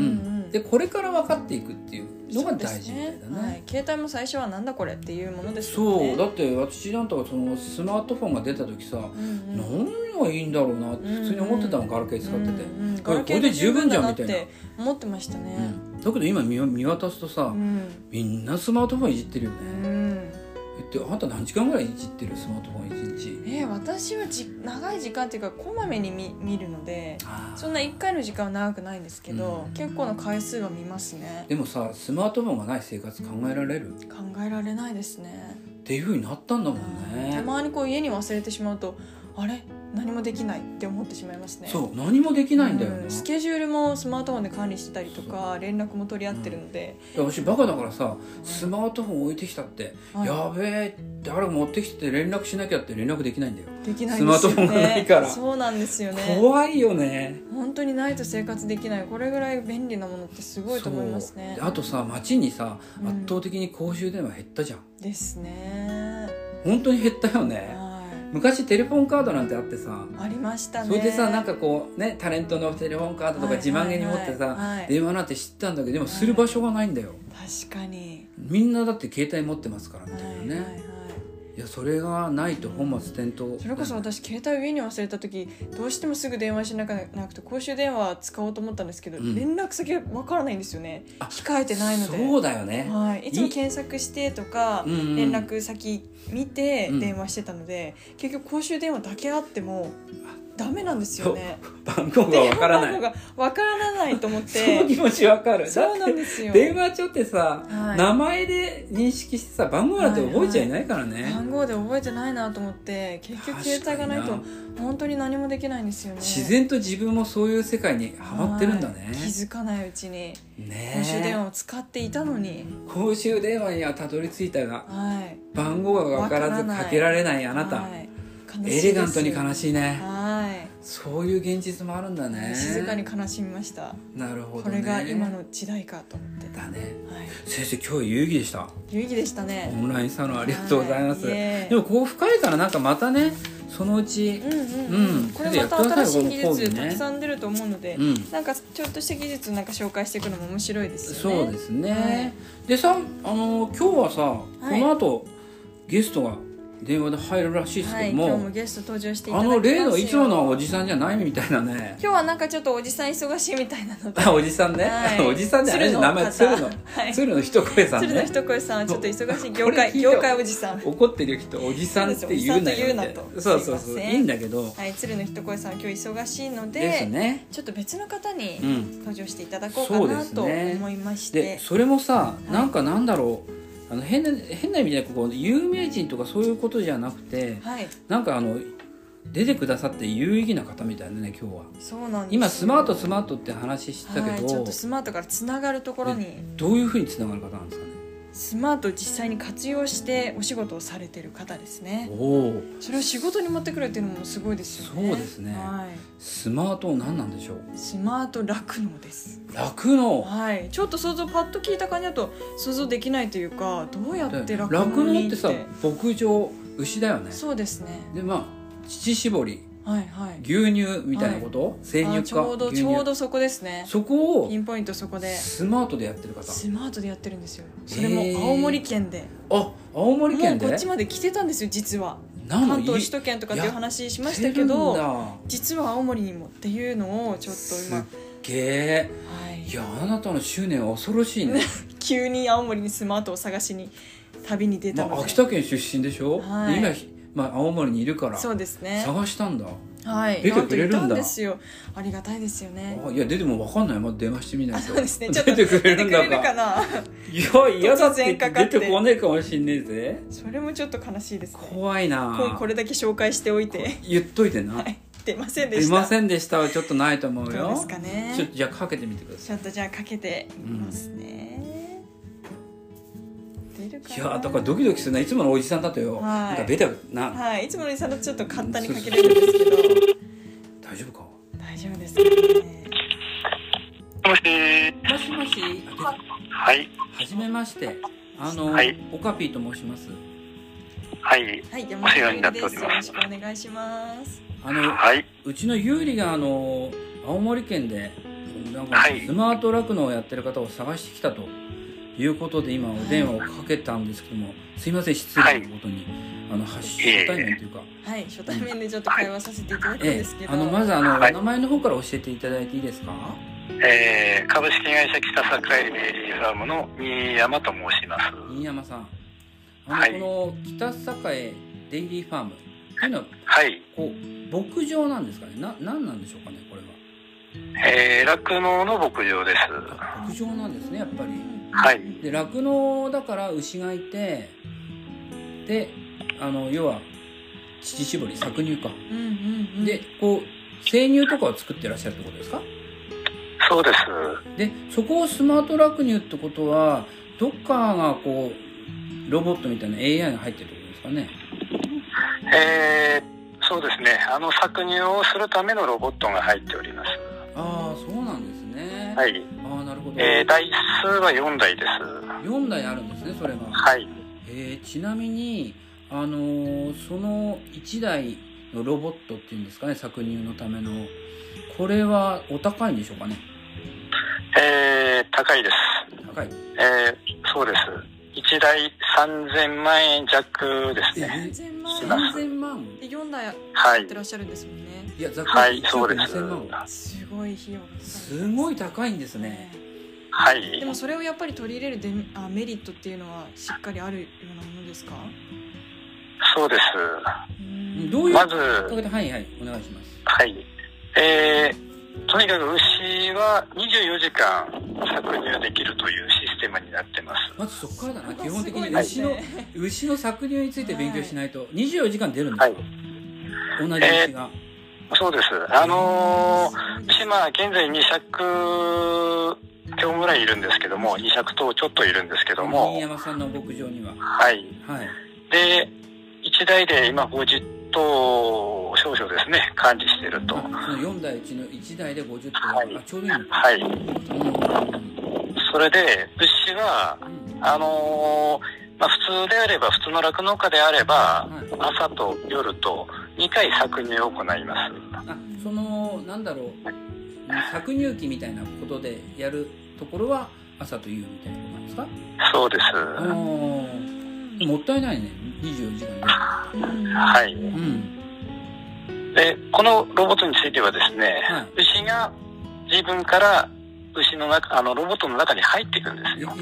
S1: ん、
S2: でこれから分かっていくっていうのが大事みたいだ
S1: そうですは
S2: ね
S1: い、携帯も最初はなんだこれっていうものです
S2: そ
S1: も
S2: う,、
S1: んね
S2: だって私なんとかそのスマートフォンが出た時さ、
S1: うんうん
S2: 何がいいんだろうなって普通に思ってたの、ガラケー使ってて、
S1: うんうん
S2: これで十分じゃんみた
S1: ガラケ
S2: いな
S1: ーで十分だって思ってました
S2: う
S1: ね
S2: んだけど今見見渡すとさ、
S1: うん、
S2: みんなスマートフォンいじってるよ
S1: う
S2: ね、
S1: ん
S2: えってあんた何時間ぐらいいじってるスマートフォン一日
S1: えー私はじ長い時間っていうかこまめに見見るので
S2: あー
S1: そんな1回の時間は長くないんですけど、
S2: うん
S1: 結構な回数は見ますね
S2: でもさスマートフォンがない生活考えられる、っ
S1: 考えられないですね
S2: ていうふうになったんだもん
S1: た
S2: ね、
S1: まにこう家に忘れてしまうとあれ何もできないって思ってしまいますね
S2: そう何もできないんだよ
S1: う
S2: ね、
S1: んスケジュールもスマートフォンで管理してたりとか連絡も取り合ってるので、
S2: 私バカだからさスマートフォン置いてきたって、
S1: はい
S2: やべえ誰が持ってきてて連絡しなきゃって連絡できないんだよ、
S1: できないんです
S2: スマー
S1: よ
S2: トフォンがない
S1: ね
S2: から
S1: そうなんですよね
S2: 怖いよね
S1: 本当にないと生活できないこれぐらい便利なものってすごいと思いますね
S2: そうであとさ街にさ
S1: うん
S2: 圧倒的に公衆電話減ったじゃん、
S1: ですね
S2: 本当に減ったよね
S1: は
S2: 昔テレフォンカードなんてあってさ
S1: ありましたね
S2: それでさなんかこうねタレントのテレフォンカードとか自慢げに持っ
S1: はいはい
S2: て
S1: は
S2: さ
S1: い
S2: 電話なんて知ったんだけどでもする場所がないんだよ
S1: 確かに
S2: みんなだって携帯持ってますからみ
S1: はい
S2: たいな
S1: はい
S2: ね、
S1: はい
S2: いやそれがないと本末転倒
S1: それこそ私携帯家に忘れた時どうしてもすぐ電話しなきゃなくて公衆電話使おうと思ったんですけど、
S2: うん
S1: 連絡先がわからないんですよね
S2: あ
S1: 控えてないので
S2: そうだよね、
S1: はい、いつも検索してとか
S2: うんうん
S1: 連絡先見て
S2: うん
S1: 電話してたので、結局公衆電話だけあってもダメなんですよね。
S2: 番号がわからな
S1: 電話番号
S2: い
S1: がわからないと思っ
S2: その
S1: て
S2: 気持ちわかる
S1: そう
S2: だ
S1: な
S2: って
S1: んですよ。
S2: 電話帳ってさ、
S1: はい
S2: 名前で認識してさ番号だって覚えちゃいないからね、
S1: 番号で覚えてないなと思って結局携帯がないと
S2: 確かに
S1: 本当に何もできないんですよね。
S2: 自然と自分もそういう世界にハマってるんだね
S1: はい気づかないうちに
S2: ねえ
S1: 公衆電話を使っていたのに、
S2: 公衆電話にはたどり着いたが
S1: はい、
S2: 番号が分からず
S1: わからない
S2: かけられないあなた、
S1: はい、
S2: エレガントに悲
S1: い
S2: しいね
S1: です。はい。
S2: そういう現実もあるんだね
S1: 静かに悲しみました。
S2: なるほ
S1: こ
S2: ど、ね、
S1: れが今の時代かと思って、
S2: だね
S1: はい、
S2: 先生今日有意義でした
S1: 有意義でした
S2: オ
S1: ね。
S2: ンラインサロンありがとうございます、
S1: はいいえ
S2: でもここ深いからなんかまたねそのうち
S1: うんうん
S2: うん
S1: これまた新しい技術たくさん出ると思うので、
S2: うん、
S1: なんかちょっとした技術なんか紹介していくのも面白いですよね。
S2: そうですね、でさあの今日はさ、
S1: い
S2: この後ゲストが電話で入るらしいです
S1: は
S2: け
S1: い、
S2: ど
S1: 今
S2: も、
S1: 日もゲスト登場していた
S2: あ
S1: だきますよ。
S2: の例のいつものおじさんじゃないみたいなね
S1: 今日はなんかちょっとおじさん忙しいみたいなので、
S2: あ おじさんね、
S1: はい
S2: おじさんじゃない
S1: 鶴の
S2: 名
S1: 方
S2: 前鶴の、
S1: はい
S2: 鶴の一声さん
S1: 鶴の
S2: ね
S1: 一声さんはちょっと忙しい
S2: こ
S1: 業
S2: これ聞
S1: 界
S2: いた
S1: 業界おじさん。
S2: 怒ってる人おじさんって言うなよみたい
S1: そうですおじさんと言うなと
S2: そうそうそう
S1: すいま
S2: い
S1: せん
S2: いんだけど
S1: はい、鶴の一声さんは今日忙しいので、
S2: ですね
S1: ちょっと別の方
S2: う
S1: に
S2: ん
S1: 登場していただこうかなと思いまして、
S2: でそれもさ
S1: い
S2: なんかなんだろうあの変な変な意味でこう有名人とかそういうことじゃなくて
S1: はい、
S2: なんかあの出てくださって有意義な方みたいなね今日は
S1: そうなんですよ。
S2: 今スマートスマートって話してたけ
S1: はい、
S2: ど、
S1: ちょっとスマートからつながるところに
S2: どういうふうにつながる方なんですかね
S1: スマートを実際に活用してお仕事をされてる方ですね
S2: おお
S1: それを仕事に持ってくるっていうのもすごいですよね
S2: そうですね
S1: は
S2: スマート何なんでしょう
S1: い、スマート酪農です
S2: 楽の
S1: はいちょっと想像パッと聞いた感じだと想像できないというかどうやって酪
S2: 酪
S1: 農
S2: 農
S1: に
S2: ってさ牧場牛だよね
S1: そうですね
S2: でまあ乳搾り
S1: はいはい
S2: 牛乳みたいなこと、生乳
S1: あ
S2: か
S1: ちょうど
S2: 牛
S1: ち
S2: 乳
S1: ょうどそこですね
S2: そこを
S1: ピンポイントそこで
S2: スマートでやってる方
S1: スマートでやってるんですよそれも
S2: へー
S1: 青森県で、
S2: あ青森
S1: も
S2: 県
S1: う
S2: で
S1: こっちまで来てたんですよ実は
S2: なの
S1: 関東
S2: い
S1: 首都圏とかっていう話しまし
S2: や
S1: た
S2: って
S1: け
S2: るん
S1: ど
S2: だ
S1: 実は青森にもっていうのをちょっと今、
S2: すっげえ
S1: はい
S2: いやあなたの執念は恐ろしい ね、
S1: 急に青森にスマートを探しに旅に出
S2: ま
S1: たので、
S2: あ、秋田県出身でしょ、
S1: はい
S2: で今ひ、まあ、青森にいるから
S1: そうですね
S2: 探したんだ
S1: はい
S2: 出てくれるんだ
S1: なんといたんですよありがたいですよね
S2: あいや出ても分かんないまだ電話してみない
S1: あ
S2: と
S1: そうですねちょっと
S2: 出てく
S1: 出
S2: れる
S1: て
S2: ん
S1: く
S2: だ
S1: れ
S2: か
S1: るかない
S2: や嫌だって
S1: 突然かかって
S2: 出てこねえかもしんねえぜ
S1: それもちょっと悲しいですね
S2: 怖い
S1: こ
S2: な
S1: うこれだけ紹介しておいて
S2: 言っといてな、
S1: はい出ませんで
S2: 出
S1: した
S2: ませんでしたはちょっとないと思うよ
S1: どうですかね
S2: ちょっとじゃあかけてみてくだ
S1: ち
S2: さ
S1: ょっとじゃあかけてみますね。出るか
S2: い
S1: な。
S2: いやーだからドキドキするないつものおじさんだとよ、
S1: はい
S2: なんかベタな、
S1: はい、いつものりさんだとちょっと簡単にかけれるんですけど、
S2: 大丈夫かも
S1: 大丈夫ですかね。
S3: もしもし。
S2: しもしあ出た
S3: はい。
S2: はじめましてあの、
S3: はい
S2: オカピーと申します
S3: はい。
S1: はい、山本
S3: お世話になって
S1: で
S3: お
S1: す。
S3: り
S1: よ
S3: ま
S1: ろ
S3: す
S1: しくお願いします。
S2: あの
S3: はい。
S2: うちの有利があの青森県でなんか
S3: はい
S2: スマート酪農をやってる方を探してきたということで今お電話をかけたんですけどもすいません失礼なことに、あの発
S3: いえい
S2: 初
S3: え
S2: 対面というか、
S1: はい、初対面でちょっと会話させていただくん
S2: ええ
S1: ですけど、
S2: あのまずあの、
S3: はい
S2: お名前の方から教えていただいていいですか
S3: えー、株式会社北栄明治ファームの新山と申します。
S2: 新山さんあの、
S3: はい
S2: この北栄デイリーファームというのは
S3: はい。
S2: こう牧場なんですかねな何なんでしょうかねこれは
S3: えー、酪農の牧場です。
S2: あ牧場なんですねやっぱり
S3: はい。
S2: で酪農だから牛がいてであの要は乳搾り搾乳か
S1: うんうんうん。
S2: でこう生乳とかを作ってらっしゃるってことですか
S3: そうです。
S2: でそこをスマート酪乳ってことはどっかがこうロボットみたいな AI が入ってるってことですかね
S3: えー、そうですね。あの、搾乳をするためのロボットが入っております。
S2: ああそうなんですね、、
S3: はいい。
S2: ああなるほど、
S3: えー、台数は4台です。
S2: 4台あるんですねそれが
S3: はい。
S2: えーちなみにあのーその1台のロボットっていうんですかね搾乳のためのこれはお高いんでしょうかね
S3: えー高いです。
S2: 高い
S3: えーそうです。一台3000万円弱ですね。
S1: 3000万円
S2: 3000万
S1: で4台や
S3: は
S1: っ
S3: い
S1: て。らっしゃるんですもんね
S2: いやざっ
S3: は
S2: くり
S3: い、
S2: 1
S3: そう
S2: 億
S3: です。
S2: 2000万
S3: は
S1: すごい費用がかかる
S2: すごい高いんですね
S1: で
S3: い
S1: も。それをやっぱり取り入れるデメあメリットっていうのはしっかりあるようなものですか
S3: そうです。
S1: うん
S2: どういう
S3: まず、
S2: はいはいお願いします
S3: はい。えーとにかく牛は24時間搾乳できるというシステムになってます。
S2: まずそこからだな基
S1: ここ
S2: 本
S1: す
S2: 的
S1: ごい
S2: に
S1: です
S2: 牛の、
S1: ね
S2: 牛の搾乳について勉強しないと24時間出るんですか、
S3: はい。
S2: 同じ牛が、
S3: そうです。あのー、
S1: すごいですね
S3: 島現在200強ぐらいいるんですけども、200頭ちょっといるんですけど
S2: 新
S3: も、
S2: 山さんの牧場には
S3: はい。
S2: はい
S3: で、1台で今50頭少々ですね、管理してると。
S2: あその4台うちの1台で50頭、
S3: はい
S2: あちょうどいいのか、
S3: はい。
S2: うん
S3: それで、牛は、あのーまあ、普通であれば、普通の酪農家であれば、
S2: はい、
S3: 朝と夜と2回搾乳を行います。
S2: あそのなんだろう搾乳機みたいなことでやるところは朝と夕みたいなことなんですか
S3: そうです。
S2: あーもったいないね24時間
S1: うん
S3: はい。
S2: でうん
S3: で、このロボットについてはですね、
S2: はい
S3: 牛が自分から牛の中、あの、ロボットの中に入っていくんですよ。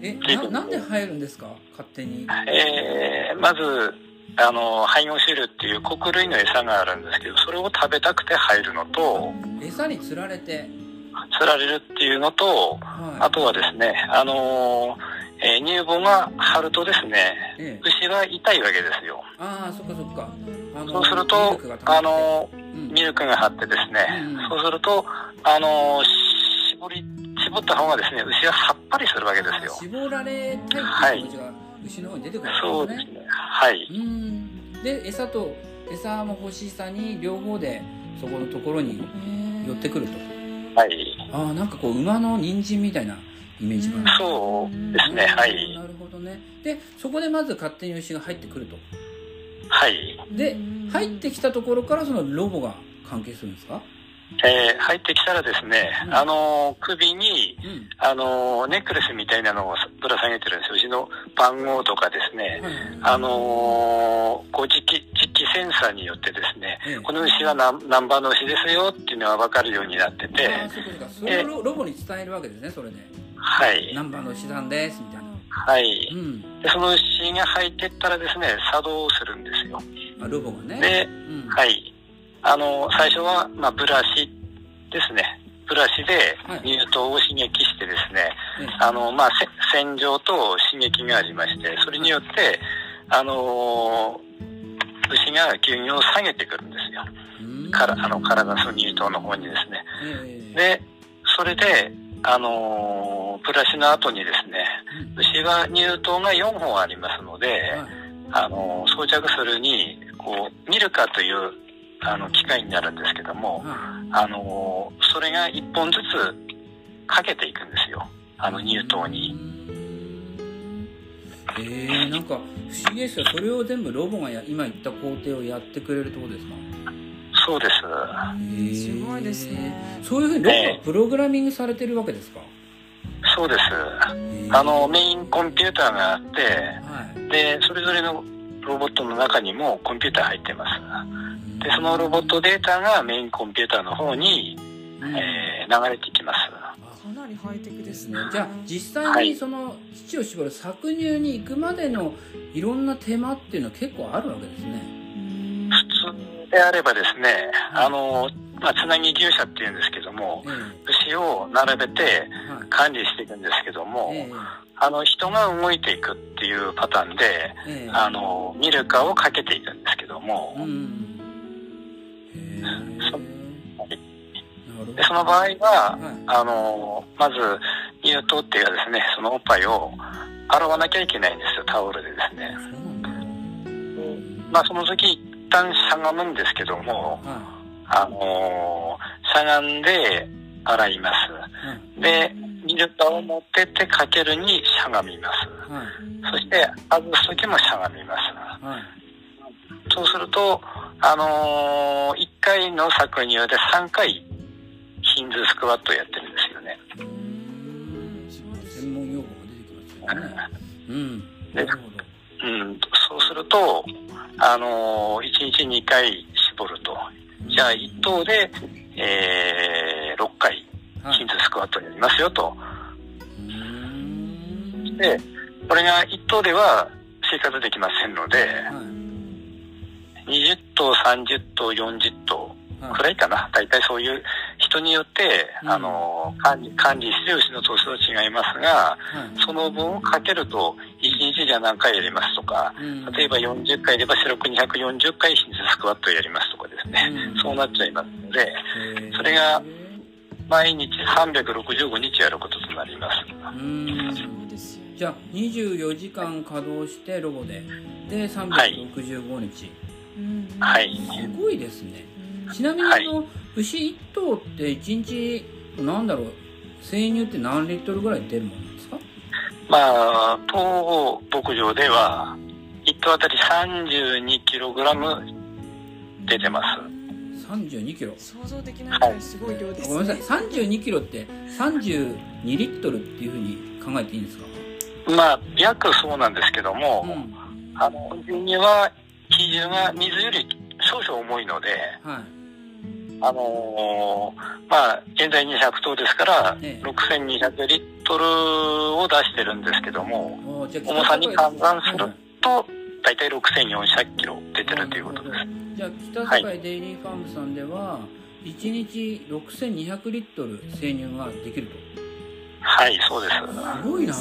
S2: えええななんで入るんですか勝手に
S3: えーまず、あの、配合飼料っていう穀類の餌があるんですけど、それを食べたくて入るのと、
S2: 餌に釣られて、
S3: 釣られるっていうのと、
S2: はい、
S3: あとはですね、あのーえー乳房が張るとですね、
S2: ええ、
S3: 牛は痛いわけですよ。
S2: ああそっかそっかあの
S3: そうする
S2: ミル
S3: と
S2: クが溜、ま
S3: あ
S2: って
S3: のー
S2: うん
S3: ミルクが張ってですね、
S2: うん
S3: そうすると、あのー絞り、絞った方がですね、牛はさっぱりするわけですよ。
S2: 絞られたいっていう気持ちが牛の方に出てくる
S3: そ
S2: ん
S3: う
S2: で
S3: ですす
S2: ね
S3: ね。はい。
S2: うんで餌と餌も欲しさに両方でそこのところに寄ってくると
S3: はい。
S2: ああなんかこう馬の人参みたいなイメージがあ
S3: そうです
S2: る
S3: ね。は
S2: うん
S3: い。
S2: なるほどねでそこでまず勝手に牛が入ってくると
S3: はい。
S2: で入ってきたところからそのロボが関係するんですか
S3: えー入ってきたらですね、
S2: うん
S3: あのー首に、
S2: うん
S3: あのーネックレスみたいなのをぶら下げてるんですよ。牛の番号とかですね。
S2: はいはい
S3: あのー、こう磁気、磁気センサーによってですね、
S2: ええ
S3: この牛は何何番の牛ですよっていうのは分かるようになってて、
S2: ああそうかそうかそれをロロボに伝えるわけですねそれで
S3: はい。
S2: 何番の牛さんですみたいな
S3: はい。
S2: うん
S3: でその牛が入ってったらですね、作動をするんですよ。
S2: あロボがね
S3: で、
S2: うん
S3: はい。あの、最初は、まあ、ブラシですね。ブラシで
S2: はい
S3: 乳頭を刺激してですね、
S2: ええ
S3: あの、まあ、せ洗浄と刺激がありまして、それによって、あのー牛が牛乳を下げてくるんですよ。
S2: うん
S3: から、あの、体、その乳頭の方にですね。
S2: ええ
S3: で、それで、あのーブラシの後にですね、
S2: うん
S3: 牛は乳頭が4本ありますので、
S2: はい
S3: あの装着するにこうミルカというあの機械になるんですけども
S2: は
S3: あのそれが1本ずつかけていくんですよあの乳頭
S2: いう
S3: に
S2: んえー、なんか不思議ですよそれを全部ロボがや今言った工程をやってくれるってことですか
S3: そうです
S1: うんすごいですね
S2: そういうふうにロボがプログラミングされてるわけですか、
S3: そうです
S2: えー
S3: あのメインコンピューターがあって
S2: はい
S3: でそれぞれのロボットの中にもコンピューター入ってますでそのロボットデータがメインコンピューターの方に、
S2: うん
S3: えー流れていきます
S1: かなりハイテクです
S2: じ
S1: ね
S2: ゃあ実際
S3: は
S2: に
S3: い
S2: その乳を絞る搾乳に行くまでのいろんな手間っていうのは結構あるわけですね。
S1: うん
S3: 普通であればですねあの、まあ、つなぎ牛舎っていうんですけども
S2: え
S3: 牛を並べて
S2: えはい
S3: 管理していくんですけども、
S2: え
S3: あの人が動いていくっていうパターンで、
S2: えええ
S3: あのミルカをかけていくんですけども、
S2: うんへえなるほど
S3: でその場合は
S2: はい
S3: あのまず乳頭っていうかですねそのおっぱいを洗わなきゃいけないんですよタオルでですね
S2: そうなんだ
S3: まあその時一旦しゃがむんですけども
S2: は
S3: あのしゃがんで洗います
S2: いはい
S3: でミ順が表手かけるにしゃがみます。
S2: はい
S3: そして外す時もしゃがみます。
S2: はい
S3: そうすると、あのー、1回の搾乳で3回ヒンズースクワットをやってるんですよね。
S1: うーんそうです
S2: 専門用語が出てきますよねうんなるほど
S3: うん、そうすると、あのー、1日2回絞ると。じゃあ1頭で、えー、6回
S2: はい
S3: ヒンズースクワットやりますよと。
S2: うーん
S3: で、これが1頭では生活できませんので、
S2: はい
S3: 20頭、30頭、40頭く
S2: はい
S3: らいかな。大体そういう人によって、
S2: うん
S3: あのー、管理、管理してる牛の頭数は違いますが、
S2: はい
S3: その分をかけると、1日じゃ何回やりますとか、
S2: うん
S3: 例えば40回やれば四六240回ヒンズースクワットをやりますとかですね、
S2: うん
S3: そうなっちゃいますので、
S2: へー
S3: それが毎日365日やることとなります。
S2: うーん
S1: そうですよね
S2: じゃあ24時間稼働してロボでで365日、
S1: うん
S3: はい
S2: すごいですね
S1: うん
S2: ちなみにあ
S3: はい
S2: の、牛1頭って1日なんだろう生乳って何リットルぐらい出るものなんですか
S3: まあ、東方牧場では、1頭あたり 32kg 出てます。
S2: 32キロ
S1: 想像できないぐらいすごい量ですね
S2: ごめんなさい32キロって32リットルっていうふうに考えていいんですか
S3: まあ、約そうなんですけど
S2: う
S3: も、
S2: ん
S3: あの、牛乳は、比重が水より少々重いので、
S2: は
S3: あのーまあ、現在200頭ですから、
S2: ええ
S3: 6200リットルを出してるんですけども
S2: い、おーじゃ
S3: 重さに換算す
S2: は
S3: る
S2: い
S3: と、大体6400キロ出てるということです。
S2: じゃあ北世界デイリーファームさんでは1日6200リットル生乳ができると
S3: はい、そうです。
S2: すごいな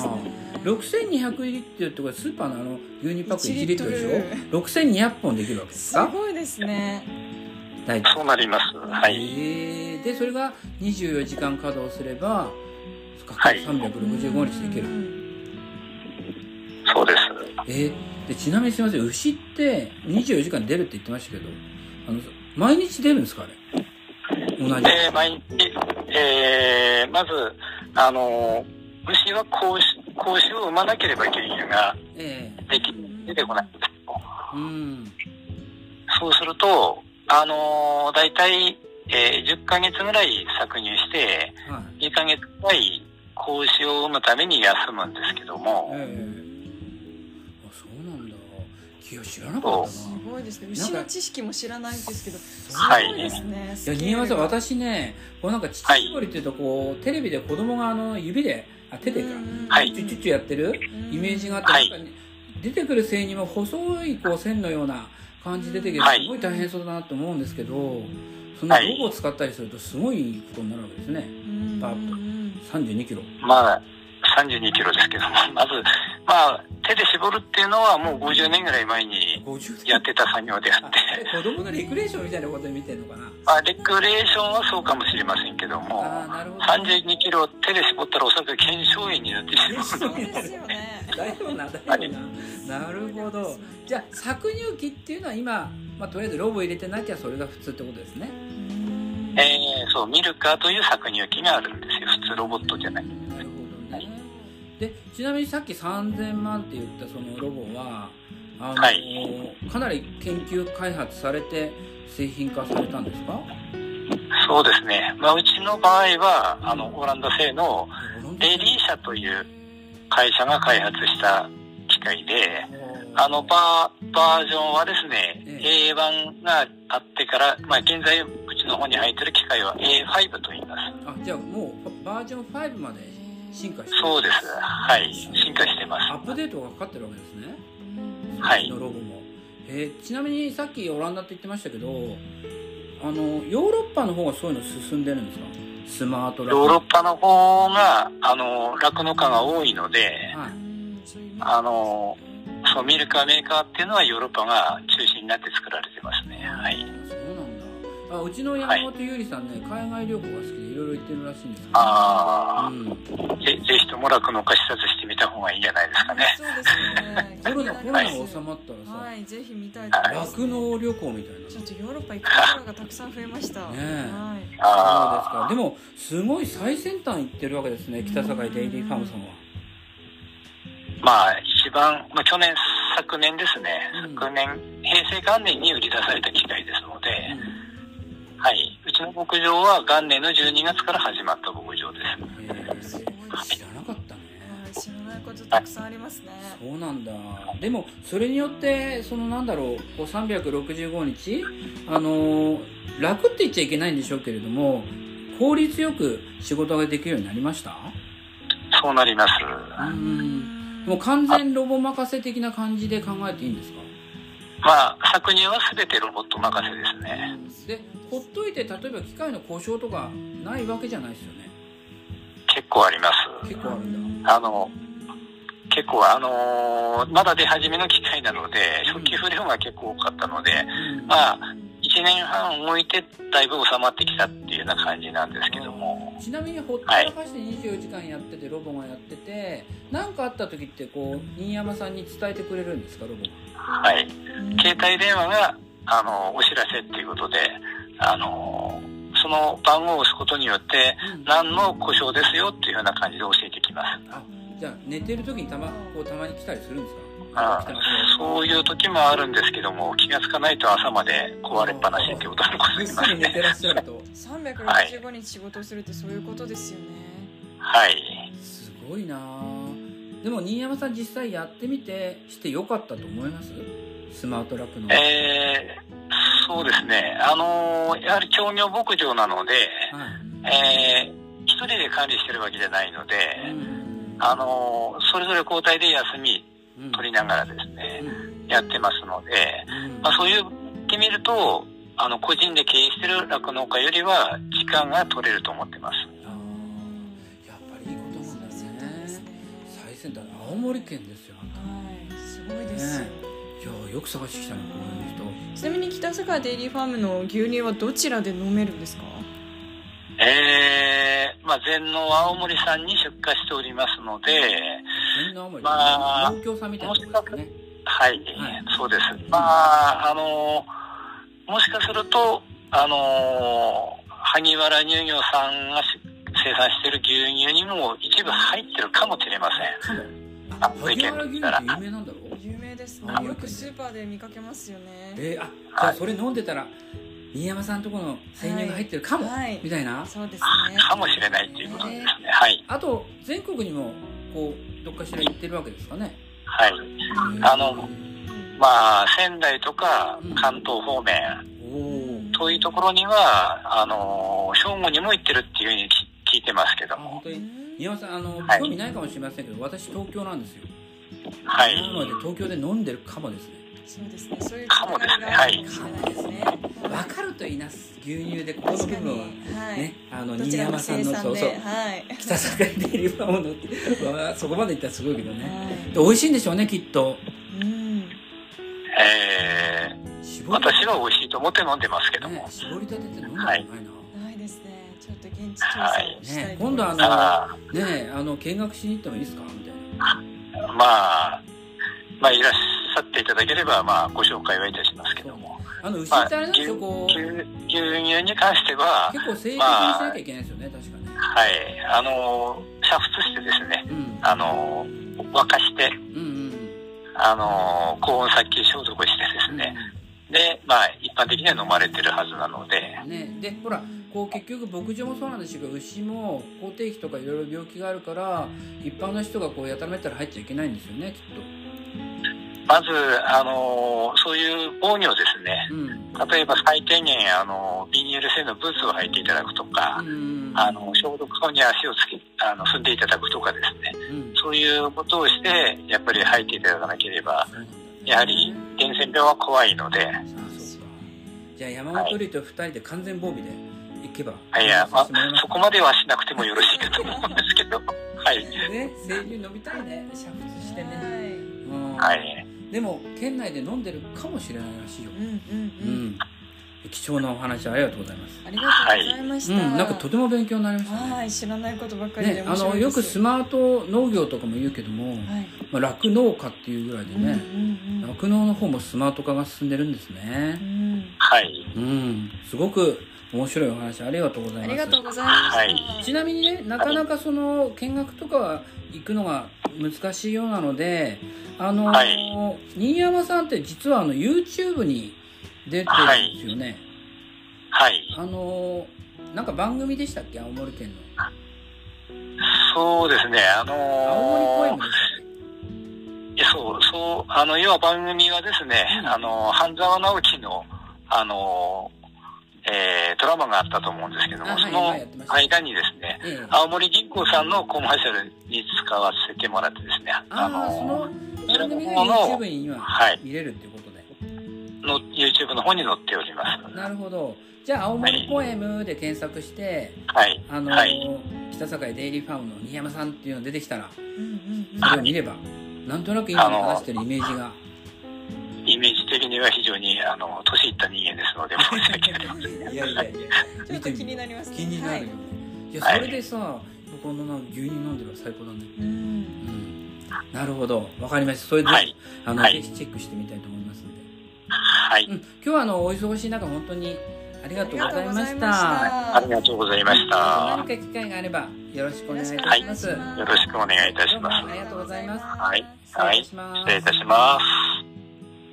S2: 6200リットルってこれスーパーのあの牛乳パック1リットルでしょ6200本できるわけです
S1: す
S2: か
S1: ごいですね
S2: 大体
S3: そうなります。はい。
S2: へえでそれが24時間稼働すればそっか
S3: はい
S2: 365日でいける、
S1: る
S3: そうです。
S2: えーでちなみにすいません牛って24時間出るって言ってましたけどあの毎日出るんですかあれ同じ
S3: で、毎日、えー、まず、あのー牛は子牛子牛を産まなければ牛乳が
S2: ええ
S3: でき出てこないんですよ。
S2: うん
S3: そうすると、あのー、大体、えー10ヶ月ぐらい搾乳して、
S2: はい
S3: 2ヶ月ぐらい子牛を産むために休むんですけども、
S2: ええあそうなんだいや知らなかった
S1: す
S2: な
S1: ごいですね牛の知識も知らないですけどす
S3: はい
S1: ごいですね
S2: いや新山さん私ねこうなんか乳搾りっていうとこうテレビで子供があの指であ手でか
S3: はい
S2: チュチュチュやってるイメージがあって、
S3: はい
S2: なんかね出てくる生乳も細いこう線のような感じで出てきて
S3: はい
S2: すごい大変そうだなと思うんですけどその
S3: はい
S2: ロボを使ったりするとすごいことになるわけですねパッと3 2キロ
S3: まあ、32キロですけども、 まず、まあ、手で絞るっていうのはもう50年ぐらい前に
S2: 50
S3: やってた作業であ
S2: あ
S3: って、
S2: 子供のレクレーションみたいなことで見てるのかな
S3: まあ、レクレーションはそうかもしれませんけども、
S2: ああなるほど
S3: 32キロを手で絞ったらおそらく腱鞘炎になってしま う。
S1: そうですよね
S2: だよなだよななるほどじゃあ搾乳機っていうのは今、まあ、とりあえずロボ入れてなきゃそれが普通ってことですね
S3: えー、そう、ミルカーという搾乳機があるんですよ。普通ロボットじゃない。
S2: なるほどねでちなみにさっき3000万って言ったそのロボはあの、
S3: は
S2: かなり研究開発されて製品化されたんですか
S3: そうですね。まあ、うちの場合は、あの、オランダ製のレリー社という会社が開発した機械で、あのバー、バージョンはですね、
S2: え
S3: A1 があってから、まあ、現在、うちの方に入ってる機械は A5 と言います。
S2: あじゃあもうバージョン5まで進化して
S3: そうです。はい。進化してま
S2: ア
S3: す。
S2: ップデートがかかってるわけですね
S3: はい
S2: のロゴも、えーちなみにさっきオランダって言ってましたけどあのヨーロッパの方がそういうの進んでるんですかスマートラ
S3: ヨーロッパの方が、あの、酪農家が多いので、
S2: はい
S3: あの、そう、ミルカーメーカーっていうのはヨーロッパが中心になって作られてますね。はい。
S2: そうなんだあうちの山本優里さんね、海外旅行が好きでいろいろ行ってるらしいんですけど
S3: あ
S2: うん、
S3: あ、ぜぜひとも酪農家視察してみた方がいいんじゃないですかね。
S1: そうですね。
S2: コロナ
S1: 気
S2: コ
S1: に
S2: ロ
S1: な
S2: ナ
S1: ります
S2: が収まったらさ、
S1: はい、ぜひ見たいと思います、
S2: 酪農旅行みたいな
S1: ちょっとヨーロッパ行くところがたくさん増えました。
S2: ね
S1: は
S2: え
S1: い。
S2: そうですか
S3: あ
S2: でもすごい最先端行ってるわけですね北堺デイリーファームさんは
S3: ーまあ、一番、まあ、去年、昨年ですね
S2: うん。
S3: 昨年、平成元年に売り出された機械ですので、はい。うちの牧場は元年の12月から始まった牧場です。
S2: うんへー知らなかったね
S1: はい、知らないことたくさんありますね。
S2: そうなんだでもそれによってそのなんだろうこう365日あのー楽って言っちゃいけないんでしょうけれども効率よく仕事ができるようになりました
S3: そうなります。
S2: うんもう
S1: う
S2: 完全ロボ任せ的な感じで考えていいんですか
S3: まあ、搾乳は全てロボット任せですね。
S2: でほっといて例えば機械の故障とかないわけじゃないですよね
S3: 結構あります。
S2: 結構あるんだ
S3: あの、結構あのーまだ出始めの機械なので、初期不良が結構多かったので、
S2: うん
S3: まあ、1年半置いて、だいぶ収まってきたっていうような感じなんですけども、
S2: ちなみにほったらかして24時間やっててロボがやってて何かあった時ってこう新山さんに伝えてくれるんですかロボが
S3: はい。
S1: ん
S3: 携帯電話が、あの、お知らせっていうことで、あのーその番号を押すことによって、
S2: うん
S3: 何の故障ですよっていうような感じで教えてきます。
S2: あじゃあ寝てる時にたまこうたまに来たりするんですか
S3: あ
S2: 来て
S3: ー
S2: ます
S3: そういう時もあるんですけども、気がつかないと朝まで壊れっぱなしっていうことが
S2: ぐ
S3: 起こ
S2: っ
S3: り
S2: す
S3: ます
S2: り寝
S3: ね。
S2: てらっしゃると
S1: 365日仕事をするってそういうことですよね。
S3: はい。
S2: すごいなあでも新山さん実際やってみてしてよかったと思いますスマートラックの、
S3: えー、そうですね。あのーやはり競業牧場なので、
S2: はい
S3: えー、一人で管理してるわけじゃないので、
S2: うん
S3: あのーそれぞれ交代で休み
S2: うん
S3: 取りながらですね、
S2: うん
S3: やってますので、
S2: うん
S3: まあ、そういうってみると、あの、個人で経営してる酪農家よりは、時間が取れると思ってます。
S2: あーやっぱりいいことなんだ
S1: そうで
S2: ね
S1: すね
S2: 最先端青森県ですよ
S1: はい、すごいですよ。
S2: ねいやーよく探してきたなこう
S1: ちなみに北坂デイリーファームの牛乳はどちらで飲めるんですか？
S3: えー、まあ、全農青森さんに出荷しておりますので、
S2: いう人みんな青森、
S3: まあ
S2: 農協さんみたいなとこですかね
S3: はい、
S2: はい
S3: そうです。まあ、あのーもしかすると、あのー萩原乳業さんがし生産している牛乳にも一部入ってるかもしれません。
S2: かも
S3: あ
S2: 萩原牛乳って有名なんだろう
S1: 有名ですね
S2: あ。
S1: よくスーパーで見かけますよね。
S2: えー、あじゃあそれ飲んでたら新山さんとこの生乳が入ってるかも、
S1: はい
S2: みたいな
S1: そうですね。
S3: かもしれないということですね。はい。
S2: あと全国にもこうどっかしら行ってるわけですかね
S3: はい。あのまあ、仙台とか
S2: うん
S3: 関東方面、
S2: おおー
S3: 遠いところには、あのー、兵庫にも行ってるっていうふうに聞聞いてますけ
S2: あ
S3: ど
S2: 本
S3: も。
S2: 当
S1: う
S2: に
S1: ん
S2: 新山さんあの、
S3: はい
S2: 興味ないかもしれませんけど私東京なんですよ
S3: はい。
S2: なので東京で飲んでるかもですね
S1: そうですね。そういう
S3: かもですね
S1: があるかもしれないですね。
S2: わかるといいな牛乳でここの部
S1: 確か
S2: 分
S1: に
S2: はね、。
S1: はい。
S2: あの
S1: ど
S2: 新
S1: ちら
S2: 山
S1: も
S2: さん
S1: 生
S2: の
S1: 産
S2: そうそう
S1: で、はい。
S2: 北堺デイリーファームのってわあそこまで行ったらすごいけどね
S1: は
S2: で美味しいんでしょうねきっと
S1: い。うん。
S3: えー、
S2: 絞り
S3: 私は美味しいと思って飲んでますけど
S2: ね
S3: も。
S2: 絞りたてって飲んだことないな、
S1: ないですね。ちょっと現地調査をした
S2: ね
S1: いと
S2: 今
S1: 思い
S2: 度
S1: ま
S2: あ
S1: す。
S2: の
S3: あ
S2: ねえあの見学しに行ってもいいですかみたいな
S3: ーまあ、まあ、いらっしゃっていただければ、まあ、ご紹介はいたしますけども。
S2: あの牛
S3: まあ、
S2: ってあれなんで
S3: 牛
S2: すよこう
S3: 牛牛乳に関しては、
S2: 結構正確にしなきゃいけないですよね確かね
S3: はい、あの、煮沸してですね、
S2: うん
S3: あの、沸かして、
S2: うんうん
S3: あの、高温殺菌消毒してです
S2: うん
S3: ね、で、まあ、一般的には飲まれてるはずなので、
S2: ねでほらこう結局牧場もそうなんですけど牛も口蹄疫とかいろいろ病気があるから一般の人がこうやたらめったら入っちゃいけないんですよねきっ
S3: まず、あの、そういう防御ですね、
S2: とうん
S3: 例えば最低限、あの、ビニール製のブーツを履いていただくとか、
S2: うん
S3: あの消毒後に足をつけあの踏んでいただくとかですね
S2: うん
S3: そういうことをしてやっぱり入っていただかなければ
S2: そうなんだね
S3: やはり伝染病は怖いので
S2: あそうかじゃあ山本リと二人で完全防備で行けば
S3: いや、まあ
S2: 進めます
S3: そこまではしなくてもよろしいかと思うんですけど はい
S2: ね生乳飲みたいね煮沸してね
S1: はい。
S2: うん
S3: はい
S2: でも県内で飲んでるかもしれないらしいよ
S1: うんうん
S2: う
S1: うん。
S2: ん貴重なお話ありがとうございます。
S1: ありがとうございました。
S2: うん、なんかとても勉強になりましたね。
S1: はい、知らないことばっかりで
S2: ね、あ
S1: 面白いです。
S2: のよくスマート農業とかも言うけども、
S1: はい。
S2: まあ、酪農家っていうぐらいで
S1: うんうん
S2: ね酪農、の方もスマート化が進んでるんですね
S1: うん。う、ん。
S3: はい。
S2: うん、すごく面白いお話ありがとうござ
S1: あ
S2: います
S1: りがとうございました。
S3: はい
S2: ちなみにねなかなかその見学とかは行くのが難しいようなのであの、
S3: はい
S2: 新山さんって実はあの YouTube に出てるんですよね、
S3: はい。
S2: あのなんか番組でしたっけ青森県の
S3: そうですね。あ
S2: 青森
S3: の
S2: 公園でしたっ
S3: ーそう、そう、あの、要は番組はですね、
S2: うん
S3: あの、半沢直樹の、あのーえードラマがあったと思うんですけど
S2: あ
S3: も、
S2: はい
S3: その
S2: はいやってました
S3: 間にですね、
S2: け、ええ
S3: 青森銀行さんのコマーシャルに使わせてもらってですね、
S2: あ
S3: の
S2: あ、その番組が
S3: その
S2: YouTube に今
S3: はい、
S2: 見れるっていうことで。
S3: の YouTube の方に載っております。
S2: なるほど。じゃあ、青森ポエムで検索して、
S3: はい。
S2: あの、
S3: はい
S2: 北境デイリーファームの新山さんっていうのが出てきたら、
S1: うんうんうん。
S2: それを見れば、なんとなく今話してるイメージ が。
S3: イメージ的には非常に、あの、年いった人間ですので、申し訳ありません。
S2: いやいやいや、
S1: ちょっと気になりますね。
S2: 気になる
S1: は
S2: よね
S1: い。。
S2: いや、
S3: はい
S2: それでさ、このなんか牛乳飲んでるば最高だね。
S1: う。
S2: うんん。なるほど。わかりました。それで、
S3: はい。
S2: あの、
S3: は
S2: ぜ
S3: い
S2: ひチェックしてみたいと思いますんで。
S3: はい。
S2: うん。今日はあの、お忙しい中、本当にありがとうございま
S1: ありがと
S2: し
S1: うございま
S2: た
S1: した。
S3: ありがとうございました
S2: 何。か機会があればよろしくお願いいたします。
S1: よ
S3: よろしくお願いいたします。
S2: ありがとうございます
S3: はい
S2: 失
S3: は
S2: 礼いたします。
S3: い失礼いたします。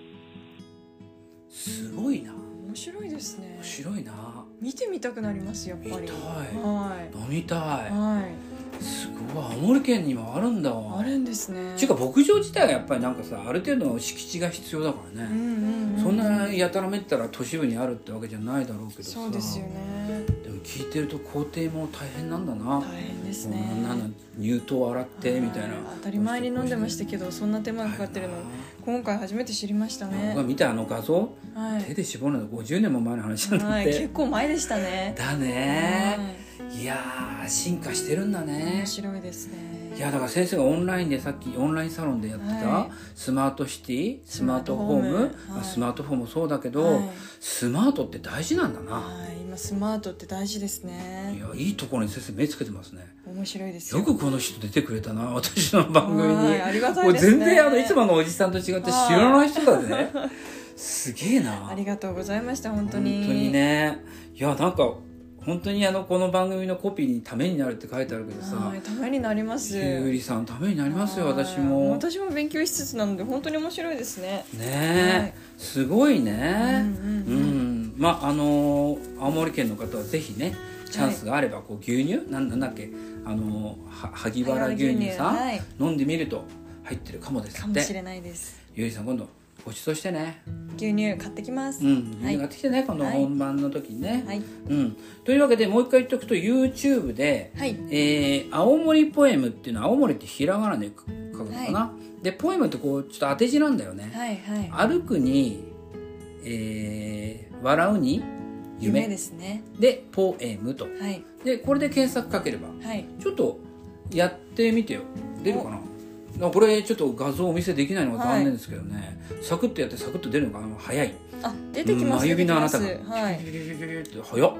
S2: すごいな。
S1: 面白いですね
S2: 面。白いな。
S1: 見てみたくなりますやっぱり。
S2: 見たい
S1: は
S2: 飲み
S1: い。
S2: た
S1: はい。
S2: い。すごい。青森県にもあるんだわ。
S1: あるんですね。
S2: ていうか牧場自体がやっぱりなんかさある程度の敷地が必要だから
S1: うんうん
S2: ね。
S1: うん。
S2: そんなやたらめったら都市部にあるってわけじゃないだろうけどさ。
S1: そうですよね。
S2: でも聞いてると工程も大変なんだな
S1: 大。変ですね。
S2: もうなんなん乳糖洗ってみたいな
S1: は。当たり前に飲んでましたけど、そんな手間がかかってるの今回初めて知りました
S2: 僕が
S1: ね。
S2: 見たあの画像。
S1: は
S2: 手
S1: い。
S2: で絞るの50年も前の話なんだ
S1: は
S2: っ
S1: い、
S2: て、
S1: 結構前でしたね。
S2: だね
S1: はい
S2: いやー進化してるんだね
S1: 面白いですね。
S2: いやだから先生がオンラインでさっきオンラインサロンでやってた、
S1: はい
S2: スマートシティスマートホーム
S1: スマートホーム
S2: まあ
S1: はい
S2: スマートフォンもそうだけど、
S1: はい
S2: スマートって大事なんだな、
S1: はい、今スマートって大事です
S2: い、
S1: ね。
S2: やいいところに先生目つけてますね
S1: 面白いです
S2: よくこの人出てくれたな私の番組に、
S1: はいありがた
S2: も
S1: いうですね。
S2: 全然あのいつものおじさんと違って知らない人だねすげえな
S1: ありがとうございました本当に。
S2: 本当にねいやなんか本当にあのこの番組のコピーにためになるって書いてあるけどさ
S1: はい、ためになります。
S2: ひゅうりさんためにな
S1: あ
S2: りますよ私もね
S1: 私も勉強しつつなので本当に面白いですね。
S2: え、
S1: はい
S2: すごい
S1: うん
S2: ねう、
S1: うんんうん
S2: まああのー青森県の方はぜひねチャンスがあればこう牛乳、なんなんだっけあのーは萩原牛乳さん、
S1: はい、
S2: 飲んでみると入ってるかもです
S1: か
S2: っ
S1: もしてれないです。
S2: ゆうりさん今度ごちそうしてね
S1: 牛乳買ってきます。
S2: うん牛乳買ってきてね、今度
S1: はい
S2: 本番の時にね、
S1: はい
S2: うん、というわけでもう一回言っておくと YouTube で
S1: はい
S2: 「えー青森ポエム」っていうのは青森ってひらがなで書くのかな、でポエムってこうちょっと当て字なんだよね
S1: はいはい。
S2: 「歩くに」えー笑うに」「夢」
S1: 夢
S2: で
S1: ですね。
S2: ポエム」と
S1: はい
S2: でこれで検索かければ
S1: はい。
S2: ちょっとやってみてよ出るかななこれちょっと画像お見せできないのが残念ですけどね、サクッとやってサクッと出るのが早い
S1: あ出てきます。
S2: うん真指のあなたが
S1: 出てきますはい。
S2: ピュピュピュピュピュって早っ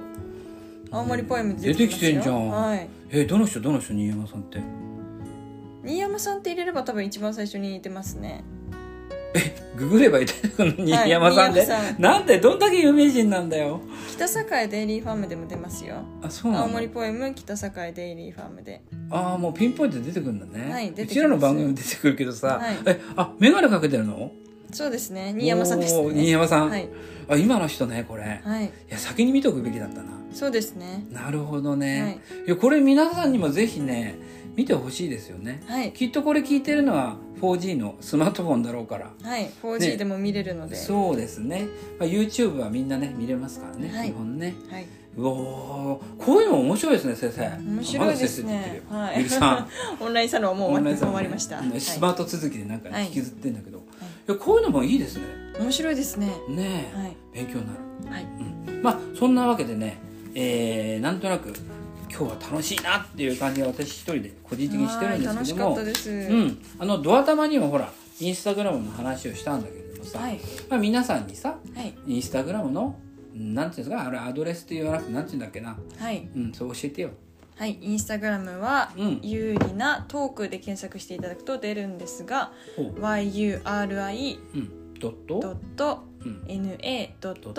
S1: 青森ポエム
S2: 出てきてん
S1: ます
S2: じゃ
S1: よ
S2: ん
S1: はい。
S2: えーどの人どの人新山さんって
S1: 新山さんって入れれば多分一番最初に出ますね。
S2: ググればいただくのに
S1: はい
S2: 新山さんで、
S1: 新山さん
S2: なんでどんだけ有名人なんだよ
S1: 北栄デイリーファームでも出ますよ。
S2: あそうな
S1: 青
S2: の
S1: 森ポエム北栄デイリーファームで。
S2: ああもうピンポイントで出てくるんだね、
S1: はい出てき
S2: う
S1: ます
S2: ちらの番組も出てくるけどさ、
S1: はい
S2: えあ眼鏡かけてるの
S1: そうですね。新山さんです
S2: おー新
S1: ね。
S2: 山さん、
S1: はい
S2: あ今の人ねこれ、い、
S1: はい。
S2: や先に見とくべきだったな
S1: そうですね。
S2: なるほど
S1: は
S2: ね
S1: い、
S2: い、やこれ皆さんにもぜひね見てほしいですよね
S1: はい
S2: きっとこれ聞いてるのは 4G のスマートフォンだろうから
S1: はい。
S2: ね
S1: 4G でも見れるので。
S2: そうですね、まあ、YouTube はみんなね見れますからね、
S1: はい
S2: 基本ね
S1: はい。
S2: うおーこういうの面白いですね先生
S1: 面白いですね。
S2: まだ
S1: は
S2: 先生出てるよゆ
S1: い
S2: りさん。
S1: オンラインサロンはもう
S2: オン
S1: 終
S2: ラ
S1: わ
S2: イ
S1: っ
S2: ン
S1: て
S2: サロ
S1: 終
S2: ンね
S1: わりました。はい
S2: スマート続きでなんかね
S1: はい
S2: 引きずってんだけど、い、やこういうのもいいですね
S1: 面白いですね。
S2: ねえ、
S1: はい
S2: 勉強になる、
S1: はい。
S2: うん、まあそんなわけでね、えー、なんとなく今日は楽しいなっていう感じは私一人で個人的にしてるんです
S1: 楽
S2: け
S1: し
S2: ど
S1: かっ
S2: も
S1: たです。
S2: うん、あのドア玉にもほらインスタグラムの話をしたんだけれどもさ、
S1: はい
S2: まあ、皆さんにさ
S1: はい
S2: インスタグラムのなんていうんですかあれアドレスって言わなくてなんていうんだっけな
S1: はい、
S2: うんそう教えてよ
S1: はい、インスタグラムは
S2: うん
S1: 有利なトークで検索していただくと出るんですが
S2: ほう
S1: yuri.na.talk
S2: うんドットうん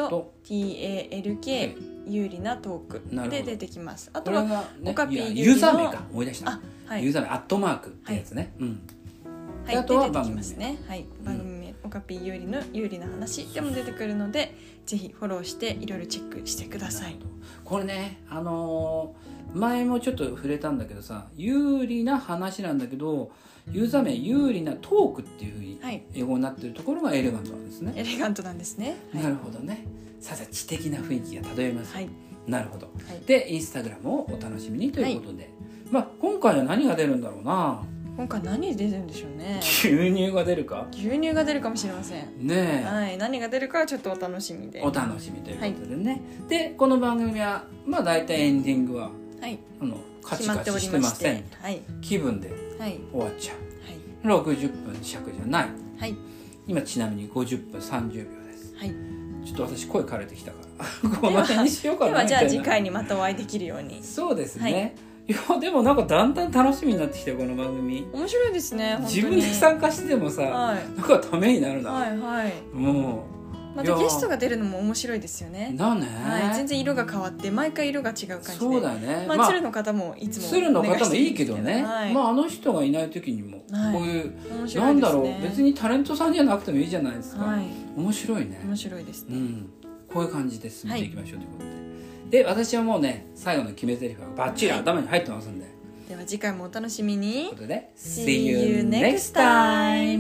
S1: 有利なトーク
S2: なるほど
S1: で出てきますあ
S2: ことれ
S1: は
S2: がね
S1: オカピ
S2: いや
S1: ー
S2: ユーザー名
S1: ユーリ
S2: か思い出した
S1: あは
S2: ユー
S1: い、
S2: ザー名アットマークってやつね、うん
S1: は
S2: であ
S1: い、
S2: とは
S1: で出てきますねはい番組名、オカピー有利の有利な話でも出てくるのでぜひフォローしていろいろチェックしてください
S2: なるほどこれねあのー前もちょっと触れたんだけどさ有利な話なんだけどユーザー名有利なトークっていうふうに
S1: はい
S2: 英語になってるところがエレガントなんですね、
S1: エレガントなんですねはい
S2: なるほどねさて知的な雰囲気が漂います、
S1: はい
S2: なるほど
S1: はい
S2: でインスタグラムをお楽しみにということで、まあ今回は何が出るんだろうな
S1: 今回何出てるんでしょうね
S2: 牛乳が出るか
S1: 牛乳が出るかもしれません
S2: ねえ、
S1: はい、何が出るかはちょっとお楽しみで。
S2: お楽しみということでね、でこの番組はまあ大体エンディングは
S1: はい、
S2: あのカチ
S1: 決ま
S2: カ
S1: って
S2: チ
S1: お
S2: し
S1: り
S2: て
S1: ま
S2: ま
S1: し
S2: せ
S1: て
S2: ん。
S1: はい、
S2: 気分で
S1: はい、
S2: 終わっちゃう
S1: はい、
S2: 60分尺じゃない
S1: はい、
S2: 今ちなみに50分30秒です
S1: はい。
S2: ちょっと私声枯れてきたから この辺にしようか
S1: で
S2: な
S1: は
S2: み
S1: じゃ
S2: た
S1: あ
S2: い
S1: 次
S2: な
S1: 回にまたお会いできるように。
S2: そうですね、い、やでもなんかだんだん楽しみになってきたよこの番組
S1: 面白いですね。本当に
S2: 自分で参加しててもさ、
S1: はい、
S2: なんかためになるな、
S1: はい、はい。
S2: も
S1: ま
S2: いや
S1: た
S2: ー
S1: ゲストが出るのも面白いですよ
S2: う
S1: ね。
S2: だね、
S1: はい、全然色が変わって毎回色が違う感じで。
S2: そうだね、
S1: まあ、鶴の方もいつも
S2: 鶴の方もいいけど
S1: お願しますけ
S2: ね、
S1: どはい、
S2: まああの人がいない時にも、
S1: はい
S2: こういう、
S1: 面白いですね。
S2: なんだろう別にタレントさんじゃなくてもいいじゃないですか、
S1: はい、
S2: 面白いね
S1: 面白いです
S2: う
S1: ね。
S2: んこういう感じで進めていきましょうということで、で私はもうね最後の決め台詞がバッチリ頭に入ってますんで、
S1: では次回もお楽しみに
S2: という。ことで
S1: See you next time!